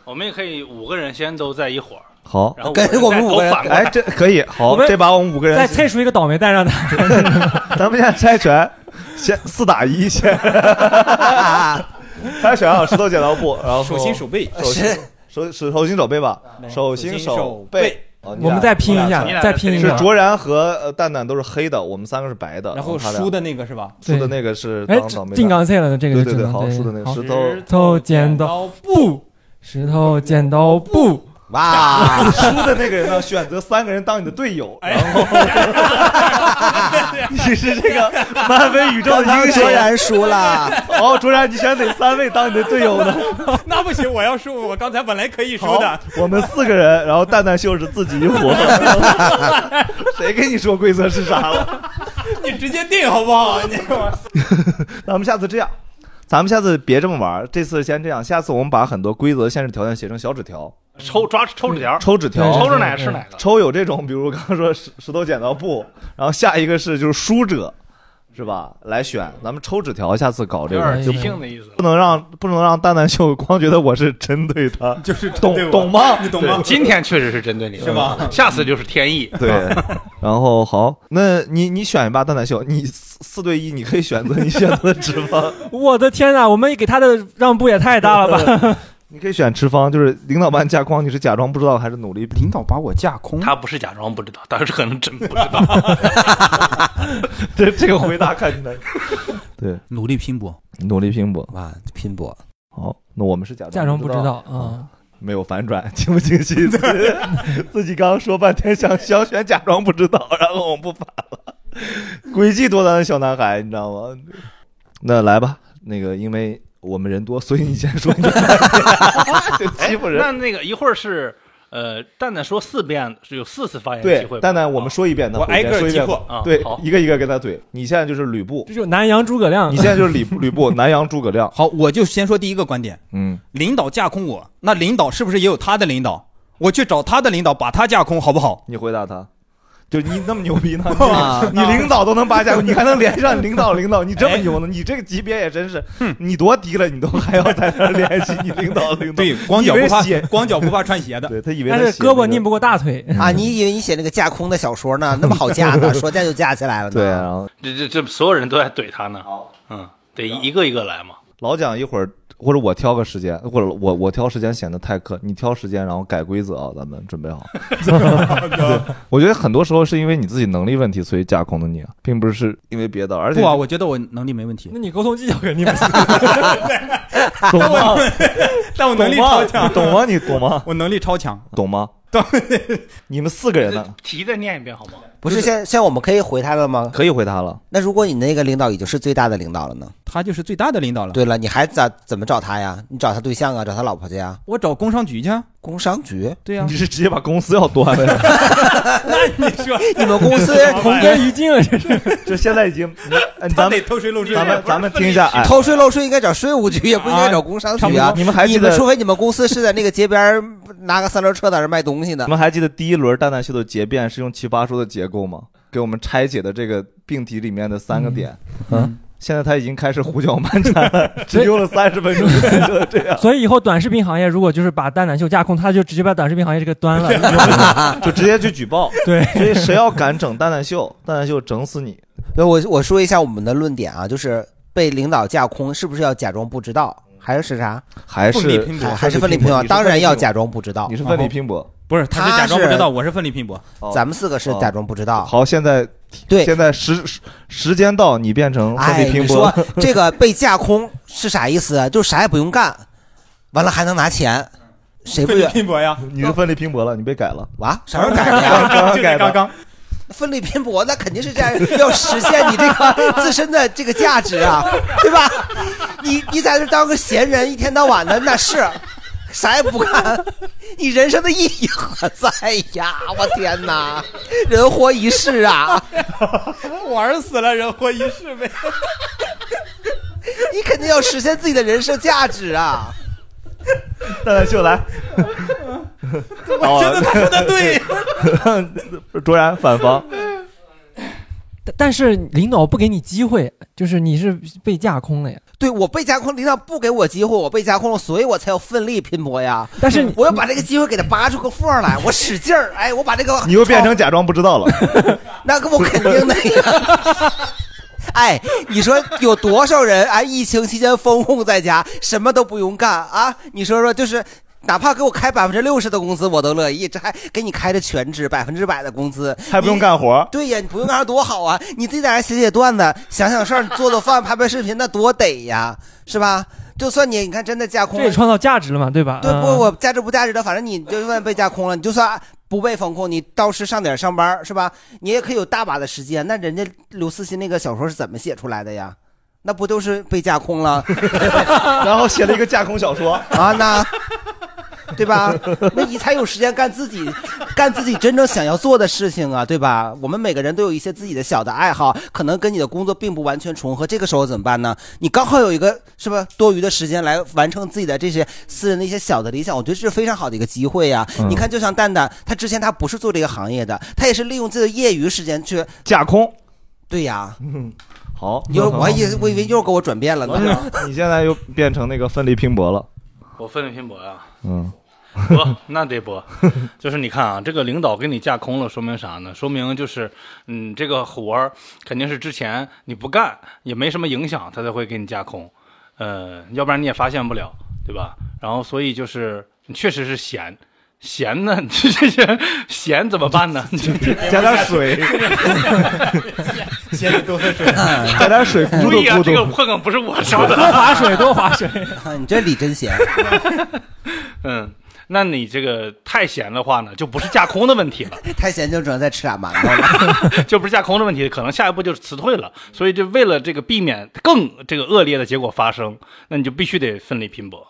S5: 我们也可以五个人先都在一伙儿，
S2: 好，
S5: 然后
S3: 跟我们五个人
S5: 人再都反过
S2: 哎
S5: 来，
S2: 这可以好
S4: 我，们
S2: 这把我们五个
S4: 再
S2: 人，
S4: 拆除一个倒霉蛋，让他
S2: 咱们现在猜拳，先四打一先 猜拳啊，石头剪刀布，然后
S6: 手心手背，
S2: 手心
S3: 是
S2: 手手手心手背吧，手心
S6: 手
S2: 背
S6: 背。
S2: 哦你
S4: 我们
S2: 俩
S4: 再拼一下
S5: 你，俩
S4: 再拼一
S2: 是
S4: 下。
S2: 卓然和呃蛋蛋都是黑的，我们三个是白的，
S6: 然后
S2: 他俩
S6: 输的那个是吧？
S2: 输的那个是
S4: 哎
S2: 当倒，霉
S4: 进
S2: 蛋。
S4: 港赛了的这个
S2: 对对
S4: 就只
S2: 对，
S4: 能
S2: 好，
S4: 对
S2: 输的那个
S4: 好
S2: 石 头
S4: 头剪刀布，石头剪刀布，
S3: 哇，
S2: 输的那个人呢，选择三个人当你的队友，
S6: 哎
S2: 然 后你是这个漫威宇宙的英雄
S3: 卓。然输了，
S2: 哦，卓然，你选哪三位当你的队友 呢？
S6: 那不行，我要输，我刚才本来可以输
S2: 好
S6: 的。，
S2: 我们四个人，然后蛋蛋秀是自己一伙。 谁跟你说规则是啥了？
S6: 你直接定好不好？ 你
S2: 咱们下次这样，咱们下次别这么玩儿，这次先这样，下次我们把很多规则、限制条件写成小纸条，
S5: 抽抓抽纸条，
S2: 抽纸条，
S4: 对
S5: 抽着
S4: 对
S5: 哪
S4: 对
S5: 是哪个。
S2: 抽有这种，比如刚刚说石石头剪刀布，然后下一个是就是输者，是吧？来选，咱们抽纸条，下次搞这
S5: 有
S2: 个，
S5: 点
S4: 就
S5: 即兴的意思了
S2: 不。能让不能让蛋蛋秀光觉得我是针对他，
S6: 就是
S2: 懂
S6: 对我
S2: 懂吗？
S6: 你懂吗？
S5: 今天确实是针对你了，嗯
S6: 是吧？
S5: 下次就是天意。
S2: 对， 然后好，那你你选吧，蛋蛋秀，你四四对一，你可以选择你选择的直 方，
S4: 我的天啊呐，我们给他的让步也太大了 吧！
S2: 你可以选直方，就是领导把你架框，你是假装不知道还是努力
S6: 领导把我架空
S5: 他不是假装不知道，但是可能真不 知道。
S2: 这这个回答看起来，对，
S6: 努力拼搏。
S2: 努力拼搏。
S3: 哇，拼搏，
S2: 好，那我们是假装
S4: 假装不知
S2: 道，
S4: 道啊，
S2: 没有反转， 清不清晰？ 自己自己刚刚说半天想想选假装不知道，然后我们不反了，诡计多端的小男孩，你知道吗？那来吧，那个因为我们人多，所以你先说你 的观点，就欺负人
S5: 那。那个一会儿是呃，蛋蛋说四遍是有四次发言
S2: 对
S5: 机会，吧。
S2: 蛋蛋，我们说一遍，他
S6: 我
S2: 回
S6: 挨
S2: 一遍
S6: 个
S2: 说一
S6: 击
S2: 遍
S6: 破
S5: 啊
S2: 对
S5: 好，
S2: 一个一个跟他怼。你现在就是吕布
S4: 这，就南洋诸葛亮
S2: 你。现在就是吕吕布，南阳诸葛亮。
S6: 好，我就先说第一个观点：
S2: 嗯，
S6: 领导架空我，那领导是不是也有他的领导？我去找他的领导把他架空，好不好？
S2: 你回答他，就你那么牛逼呢？
S3: 啊
S2: 你领导都能拔架，你还能联系上领导？领导，你这么牛呢？你这个级别也真是，你多低了，你都还要在那儿联系你领导？领导
S6: 对，光脚
S2: 以为
S6: 不怕
S2: 写，
S6: 光脚不啊怕穿鞋的。
S2: 对他以为
S4: 但
S2: 他
S4: 是
S2: 写
S4: 胳
S2: 那
S4: 膊
S2: 个
S4: 拧不过大腿，
S3: 啊！你以为你写那个架空的小说呢？那么好 架呢？说架就架起来了呢。
S2: 对啊，然后
S5: 这这这所有人都在怼他呢。嗯，得一个一个来嘛。
S2: 老蒋一会儿。或者我挑个时间，或者我我挑时间显得太苛，你挑时间，然后改规则啊，咱们准备好。对，我觉得很多时候是因为你自己能力问题，所以架空的你啊，并不是因为别的，而且
S6: 不啊，我觉得我能力没问题，
S4: 那你沟通技巧肯定不行。
S2: 懂 吗？
S6: 但我能力
S2: 懂吗
S6: 超强，
S2: 懂啊吗？你懂吗？
S6: 我能力超强。
S2: 懂吗？
S6: 懂。
S2: 你们四个人
S5: 这
S2: 呢？
S5: 题再念一遍好吗？
S3: 不是现现在我们可以回他了吗？
S2: 可以回答了。
S3: 那如果你那个领导已经是最大的领导了呢？
S6: 他就是最大的领导了。
S3: 对了，你还咋怎么找他呀？你找他对象啊，找他老婆去呀？
S6: 我找工商局去啊。，
S3: 工商局
S6: 对啊呀、
S2: 你是直接把公司要端了呀？
S6: 你说
S3: 你们公司
S2: 哎
S4: 同归于尽了，这是。
S2: 就现在已经，你哎
S6: 他
S2: 咱
S6: 得
S2: 们
S6: 偷税漏税。
S2: 咱们咱们听一下，哎，
S3: 偷税漏税应该找税务局，也不应该找工商局
S6: 差
S3: 啊
S6: 不。
S2: 你们还记
S3: 你们
S2: 得
S3: 除非你们公司是在那个街边儿拿个三轮车在那儿卖东西呢
S2: 你。们还记得第一轮蛋蛋秀的结辩是用奇葩说的结构吗？给我们拆解的这个病题里面的三个点，
S6: 嗯，
S2: 现在他已经开始胡搅蛮缠 了，只用了三十 分钟就变成了这样，
S4: 所以以后短视频行业如果就是把蛋奶秀架空，他就直接把短视频行业这个端了。
S2: 就直接去举报。
S4: 对，
S2: 所以谁要敢整蛋蛋秀，蛋蛋秀整死你！
S3: 对，我我说一下我们的论点啊，就是被领导架空，是不是要假装不知道，还是是啥？
S2: 还
S6: 奋力
S2: 是
S6: 拼
S3: 还
S6: 搏，
S3: 还是奋力
S2: 拼
S3: 拼
S2: 搏
S3: 搏
S2: 你？是
S3: 当
S2: 奋
S3: 然
S2: 力
S3: 要
S2: 拼搏
S3: 假装哦不知道
S2: 你。是奋力拼搏。
S6: 不是他是
S3: 他
S6: 假装不
S3: 是
S6: 知道，我是奋力拼搏。
S2: 哦
S3: 咱们四个是
S2: 哦
S3: 假装不知道。
S2: 好，现在
S3: 啊对
S2: 现在时时时间到，你变成奋
S3: 哎，
S2: 力
S3: 你
S2: 拼
S3: 说
S2: 搏，
S3: 这个被架空是啥意思啊？就啥也不用干，完了还能拿钱，谁不
S6: 奋力
S3: 愿
S6: 拼搏呀！
S2: 你是奋力拼搏了，你被改 了。
S3: 哇？啥时候改的呀？
S2: 刚
S6: 就
S2: 改
S6: 是
S2: 的
S6: 刚刚，
S3: 奋力拼搏，那肯定是这样，要实现你这 个自身的这个价值啊，对吧？你你在这当个闲人，一天到晚的那是。啥也不干，你人生的意义何在呀？我天哪，人活一世啊，
S6: 玩死了，人活一世呗。
S3: 你肯定要实现自己的人生价值啊！
S2: 蛋蛋秀来，我
S3: 哦
S6: 真的，他说的对。
S2: 卓然反方，
S4: 但但是领导不给你机会，就是你是被架空了呀。
S3: 对我被架空，领导不给我机会，我被架空了，所以我才要奋力拼搏呀。嗯
S4: 但是你
S3: 我要把这个机会给它拔出个缝儿来，我使劲儿，哎，我把这个
S2: 你又变成假装不知道了。
S3: 哦那个我肯定的呀。 哎，你说有多少人哎，疫情期间封控在家，什么都不用干啊？你说说，就是哪怕给我开百分之六十的工资，我都乐意。这还给你开的全职百分之百的工资，
S2: 还不用
S3: 你
S2: 干活儿
S3: 对呀，你不用干活多好啊！你自己在那写写段子，想想事儿，做做饭，拍拍视频，那多得呀，是吧？就算你你看真的架空
S4: 这
S3: 了，
S4: 也创造价值了嘛，对吧？
S3: 对，
S4: 嗯
S3: 不过我价值不价值的，反正你就算被架空了，你就算不被封控，你到时上点上班是吧？你也可以有大把的时间。那人家刘慈欣那个小说是怎么写出来的呀？那不就是被架空了
S2: 然后写了一个架空小说，
S3: 啊？那对吧？那你才有时间干自己，干自己真正想要做的事情啊，对吧？我们每个人都有一些自己的小的爱好，可能跟你的工作并不完全重合。这个时候怎么办呢？你刚好有一个是吧多余的时间来完成自己的这些私人的一些小的理想，我觉得这是非常好的一个机会呀、
S2: 嗯
S3: 你看，就像蛋蛋，他之前他不是做这个行业的，他也是利用自己的业余时间去。
S2: 架空。
S3: 对呀，
S2: 嗯好，
S3: 又我还以为我以为又给我转变了呢。
S2: 你现在又变成那个奋力拼搏了。
S5: 我奋力拼搏啊，
S2: 嗯，
S5: 播 那得播，就是你看啊，这个领导给你架空了，说明啥呢？说明就是，嗯，这个活儿肯定是之前你不干也没什么影响，他才会给你架空，呃，要不然你也发现不了，对吧？然后所以就是你确实是闲，闲呢， 这些闲怎么办呢？
S2: 加点 水，
S6: 先多喝水。
S2: 加点水，咕
S5: 注
S2: 嘟
S5: 意啊，
S2: 咕
S5: 这个
S2: 嘟。
S5: 破梗不是我说的。
S4: 多划水，多划水。
S3: 啊 你这李真贤，
S5: 嗯，那你这个太闲的话呢，就不是架空的问题了，
S3: 太闲就只能再吃俩馒头了。
S5: 就不是架空的问题，可能下一步就是辞退了。所以，就为了这个避免更这个恶劣的结果发生，那你就必须得奋力拼搏。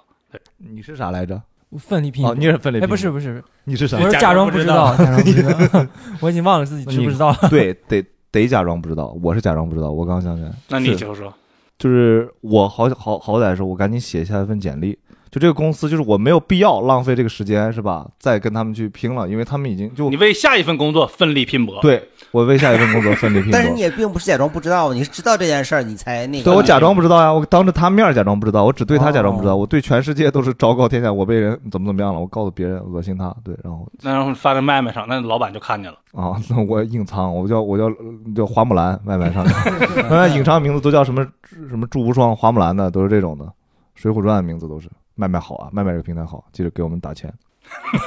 S2: 你是啥来着？
S4: 我奋力拼
S2: 哦，你也是奋力
S4: 哎，
S2: 拼搏。
S4: 不是，不是，
S2: 你是啥啊
S4: 我？是假
S5: 假装
S4: 装不
S5: 不
S4: 知
S5: 知
S4: 道，
S5: 道
S4: 假装不知道， 我已经忘了自己知不知道了。
S2: 对，得得假装不知道。我是假装不知道，我刚想起来。
S5: 那你
S2: 是
S5: 就是说，
S2: 就是我好好好歹说，我赶紧写下一份简历。就这个公司，就是我没有必要浪费这个时间，是吧？再跟他们去拼了，因为他们已经就
S5: 你为下一份工作奋力拼搏。，
S2: 对我为下一份工作奋力拼
S3: 但是你
S2: 搏。
S3: 也并不是假装不知道，你是知道这件事儿，你才那个。嗯
S2: 对，我假装不知道呀，啊我当着他面假装不知道，我只对他假装不知
S3: 哦
S2: 道，我对全世界都是昭告天下，我被人怎么怎么样了，我告诉别人恶心他，对，然后
S5: 那然后发在麦麦上，那老板就看见了。
S2: 啊， 那我隐藏，我叫我叫叫花木兰，外卖上 面，那隐藏名字都叫什么什么祝无双、花木兰的，都是这种的，《水浒传》的名字都是。麦麦好啊，麦麦这个平台好，记得给我们打钱。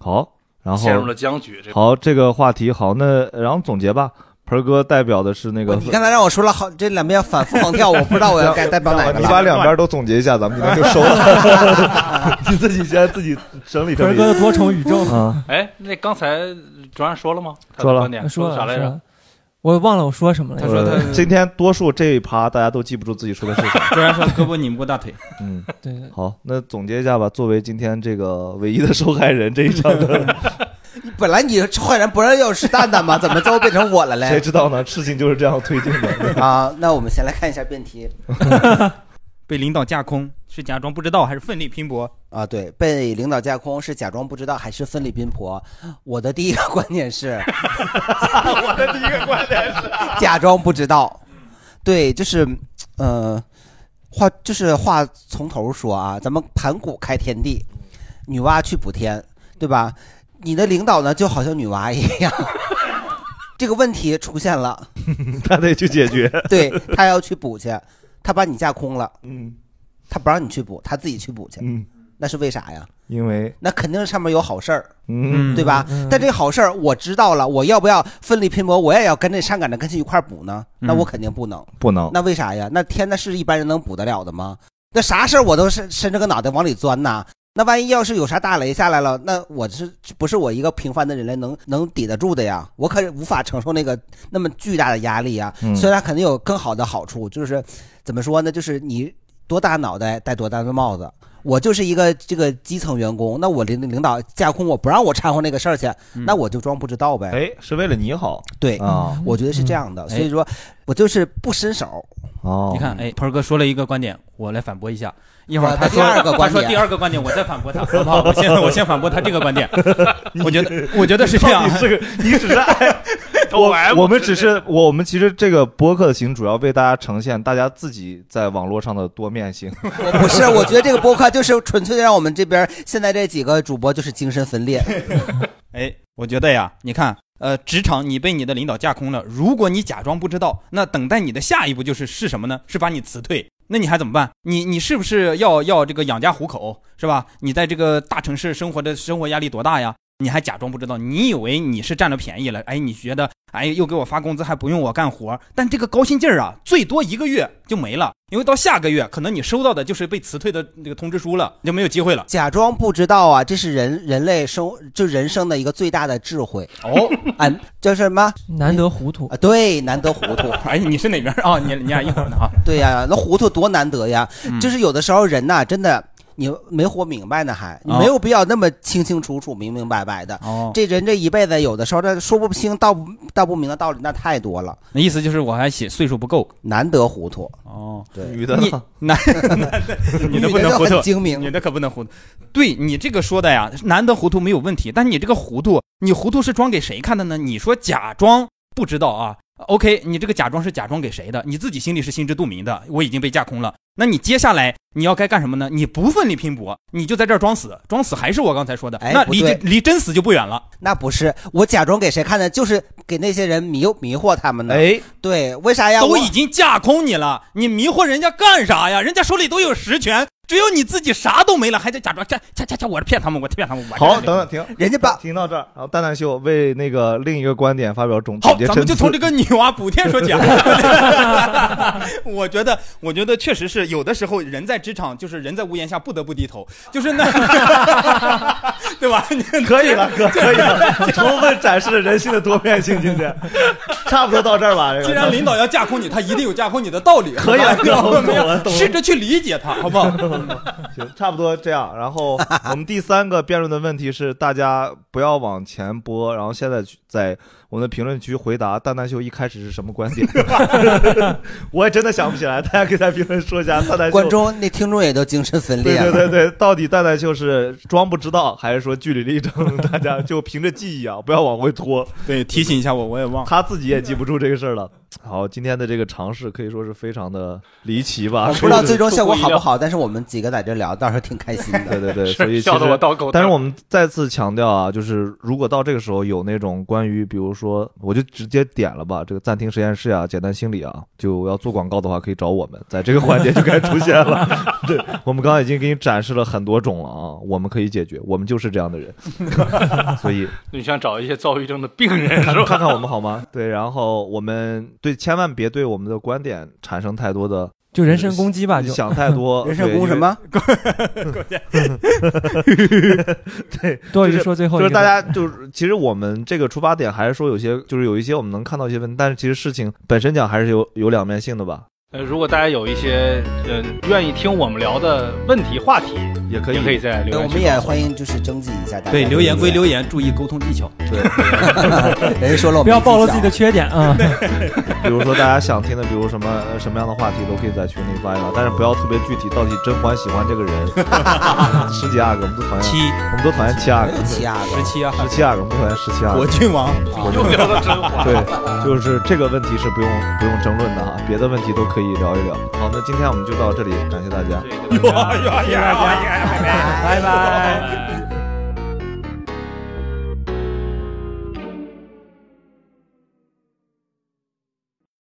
S2: 好，然
S5: 陷入
S2: 后
S5: 了僵局。这个
S2: 好这个话题好，那然后总结吧，盆儿哥代表的是那个，
S3: 你刚才让我说了好，这两边反复横跳，我不知道我要该代表哪个
S2: 你把
S3: 了。
S2: 两边都总结一下，咱们今天就收了。 你自己先自己整 理整
S4: 坤
S2: 理
S4: 哥的多重宇宙
S2: 啊，
S5: 哎，那刚才卓然说了吗？他的
S2: 说了
S5: 观点
S4: 说
S5: 啥来
S4: 了，说
S5: 着？
S4: 了我忘了我说什么了。
S6: 说他
S2: 呃今天多数这一趴大家都记不住自己说的是啥，
S6: 突然说胳膊拧不过大腿，
S2: 嗯。
S4: 对对，对
S2: 好，那总结一下吧。作为今天这个唯一的受害人这一场的，
S3: 本来你坏人不是要是蛋蛋吗？怎么最后变成我了
S2: 谁
S3: 嘞？
S2: 知道呢？事情就是这样推进 的。
S3: 啊，那我们先来看一下辩题
S6: 被领导架空，是假装不知道还是奋力拼搏？
S3: 啊，对，被领导架空是假装不知道还是奋力拼搏？我的第一个观点是，
S2: 我的第一个观点是，
S3: 假装不知道。对，就是，呃，话就是话从头说啊，咱们盘古开天地，女娲去补天，对吧？你的领导呢，就好像女娲一样，这个问题出现了，
S2: 他得去解决。
S3: 对他要去补去，他把你架空了，
S2: 嗯
S3: 他不让你去补，他自己去补去，
S2: 嗯，
S3: 那是为啥呀？
S2: 因为
S3: 那肯定是上面有好事儿，
S2: 嗯，
S3: 对吧？
S4: 嗯
S3: 但这好事儿我知道了，我要不要奋力拼搏？我也要跟这上赶着跟去一块儿补呢？那我
S6: 嗯
S3: 肯定不能。
S2: 不能。
S3: 那为啥呀？那天那是一般人能补得了的吗？那啥事儿我都伸伸着个脑袋往里钻呐。那万一要是有啥大雷下来了，那我是不是我一个平凡的人类能能抵得住的呀？我可是无法承受那个那么巨大的压力呀。
S2: 嗯
S3: 所以它肯定有更好的好处，就是怎么说呢？就是你多大脑袋戴多大的帽子。我就是一个这个基层员工，那我领领导架空我不让我掺和那个事儿去，
S6: 嗯
S3: 那我就装不知道呗。
S2: 哎，是为了你好
S3: 对，
S2: 啊哎
S3: 我觉得是这样的。所以说我就是不伸手，
S2: 哦。
S6: 你看，哎，鹏哥说了一个观点，我来反驳一下。一会儿
S3: 我
S6: 他
S3: 的第
S6: 说
S3: 二个
S6: 他
S3: 观点
S6: 说第二个观点，我再反驳他，好不好？我先我先反驳他这个 观点。我觉得我觉得是这样
S2: 你，这个你只是爱
S5: 都来
S2: 我，我们只是我我们其实这个播客型主要为大家呈现大家自己在网络上的多面性。
S3: 我不是，我觉得这个播客就是纯粹的让我们这边现在这几个主播就是精神分裂。
S6: 哎，我觉得呀，你看，呃，职场你被你的领导架空了，如果你假装不知道，那等待你的下一步就是是什么呢？是把你辞退。那你还怎么办？你你是不是要要这个养家糊口，是吧？你在这个大城市生活的生活压力多大呀？你还假装不知道，你以为你是占了便宜了？哎，你觉得哎又给我发工资还不用我干活，但这个高薪劲儿啊，最多一个月就没了，因为到下个月可能你收到的就是被辞退的那个通知书了，你就没有机会了。
S3: 假装不知道啊，这是人人类生就人生的一个最大的智慧。
S6: 哦，
S3: 啊，叫什么
S4: 难得糊涂
S3: 啊？对，难得糊涂。
S6: 哎，你是哪边啊、你你俩一会儿呢啊？
S3: 对呀、那糊涂多难得呀！
S6: 嗯
S3: 就是有的时候人呐、真的你没活明白呢还，你
S6: 哦
S3: 没有必要那么清清楚楚、明明白白的。
S6: 哦，
S3: 这人这一辈子，有的时候他说不清道不道不明的道理那太多了，
S6: 那意思就是我还写岁数不够
S3: 难得糊 涂。
S6: 哦，
S3: 对，
S2: 女的
S6: 你
S2: 呢？
S6: 男女的不能
S3: 就
S6: 糊涂
S3: 很，精
S6: 女
S3: 明，
S6: 的可不能糊涂。对你这个说的呀，男的糊涂没有问题，但你这个糊涂，你糊涂是装给谁看的呢？你说假装不知道啊？OK，你这个假装是假装给谁的？你自己心里是心知肚明的，我已经被架空了。那你接下来你要该干什么呢？你不奋力拼搏，你就在这儿装死，装死还是我刚才说的，
S3: 哎
S6: 那
S3: 不
S6: 离
S3: 对
S6: 离真死就不远了。
S3: 那不是我假装给谁看的，就是给那些人迷迷惑他们的。
S2: 哎，
S3: 对，为啥呀？
S6: 都
S3: 我
S6: 已经架空你了，你迷惑人家干啥呀？人家手里都有实权，只有你自己啥都没了，还在假装这这这这，我是骗他们，我骗他们，我
S2: 好，等等停，
S3: 人家把
S2: 停到这儿，然后蛋蛋秀为那个另一个观点发表总
S6: 好，
S2: 总结
S6: 咱
S2: 陈
S6: 们就从这个女娲补天说起啊。 我觉得，我觉得确实是有的时候人在职场，就是人在屋檐下不得不低头，就是那， 对 吧？你
S2: 可以了，可可以 了，充分展示了人性的多面性。今天差不多到这儿吧，这
S6: 既然
S2: 个
S6: 领导要架空你，他一定有架空你的道理，
S2: 可以了
S6: 对吧
S2: 懂了
S6: 啊我们
S2: 懂了
S6: 要
S2: 懂了
S6: 试着去理解他，好不好？
S2: 行，差不多这样。然 后我们第三个辩论的问题是，大家不要往前播，然后现在去在我们的评论区回答蛋蛋秀一开始是什么观 点。 我也真的想不起来，大家可以在评论说一下蛋蛋秀。
S3: 观众那听众也都精神分
S2: 对
S3: 裂啊
S2: 对
S3: 了。
S2: 对对，到底蛋蛋秀是装不知道，还是说据理力争？大家就凭着记忆啊，不要往回拖。
S6: 对，提醒一下我，我也忘了。
S2: 他自己也记不住这个事儿了。好，今天的这个尝试可以说是非常的离奇吧，
S3: 我不知道
S2: 说是
S3: 最终效果好不好，但是我们几个在这聊，倒是挺开心
S2: 对
S3: 的。
S2: 对对，所以其
S5: 笑得我
S2: 实。
S5: 倒狗。
S2: 但是我们再次强调啊，就是如果到这个时候有那种关于，比如说，我就直接点了吧，这个暂停实验室啊，简单心理啊，就要做广告的话，可以找我们，在这个环节就该出现了。对，我们刚刚已经给你展示了很多种了啊，我们可以解决，我们就是这样的人，所以
S5: 你想找一些躁郁症的病 人 是吧？
S2: 看看我们好吗？对，然后我们对，千万别对我们的观点产生太多的
S4: 就人身攻击吧，就
S2: 想太 多，
S3: 人 身
S2: 对
S3: 攻什？么？
S4: 多余
S2: 就是
S4: 说最
S2: 因
S4: 后
S2: 为就
S4: 一
S2: 是
S4: 个
S2: 大家就是，其实我们这个出发点还是说有些，就是有一些我们能看到一些问题，但是其实事情本身讲还是有有两面性的吧，
S5: 呃，如果大家有一些呃愿意听我们聊的问题话题，
S2: 也可以
S5: 也可以在留
S3: 对，我
S5: 言区
S3: 们也欢迎就是征集一下大家。
S6: 对，留言归留言，注意沟通技巧。
S3: 言， 人家说了我们
S4: 不要暴露自己
S3: 技
S4: 的缺点 啊。
S2: 比如说大家想听的，比如什么呃什么样的话题都可以在群里发一发，但是不要特别具体，到底真欢喜欢这个人，十几阿哥，我们都讨厌，
S6: 七
S2: 我们都讨厌七阿
S3: 巧
S2: 哥
S3: 没有，欺压
S6: 十七啊，
S2: 十七阿哥，我们都讨厌十七阿哥
S6: 国。君王。
S5: 又聊到真话。
S2: 对，就是这个问题是不用不用争论的哈，别的问题都可以聊一聊。好，那今天我们就到这里，感谢大家。
S5: 对，对对
S6: 哎呀呀呀！
S3: 拜拜。
S5: 拜拜。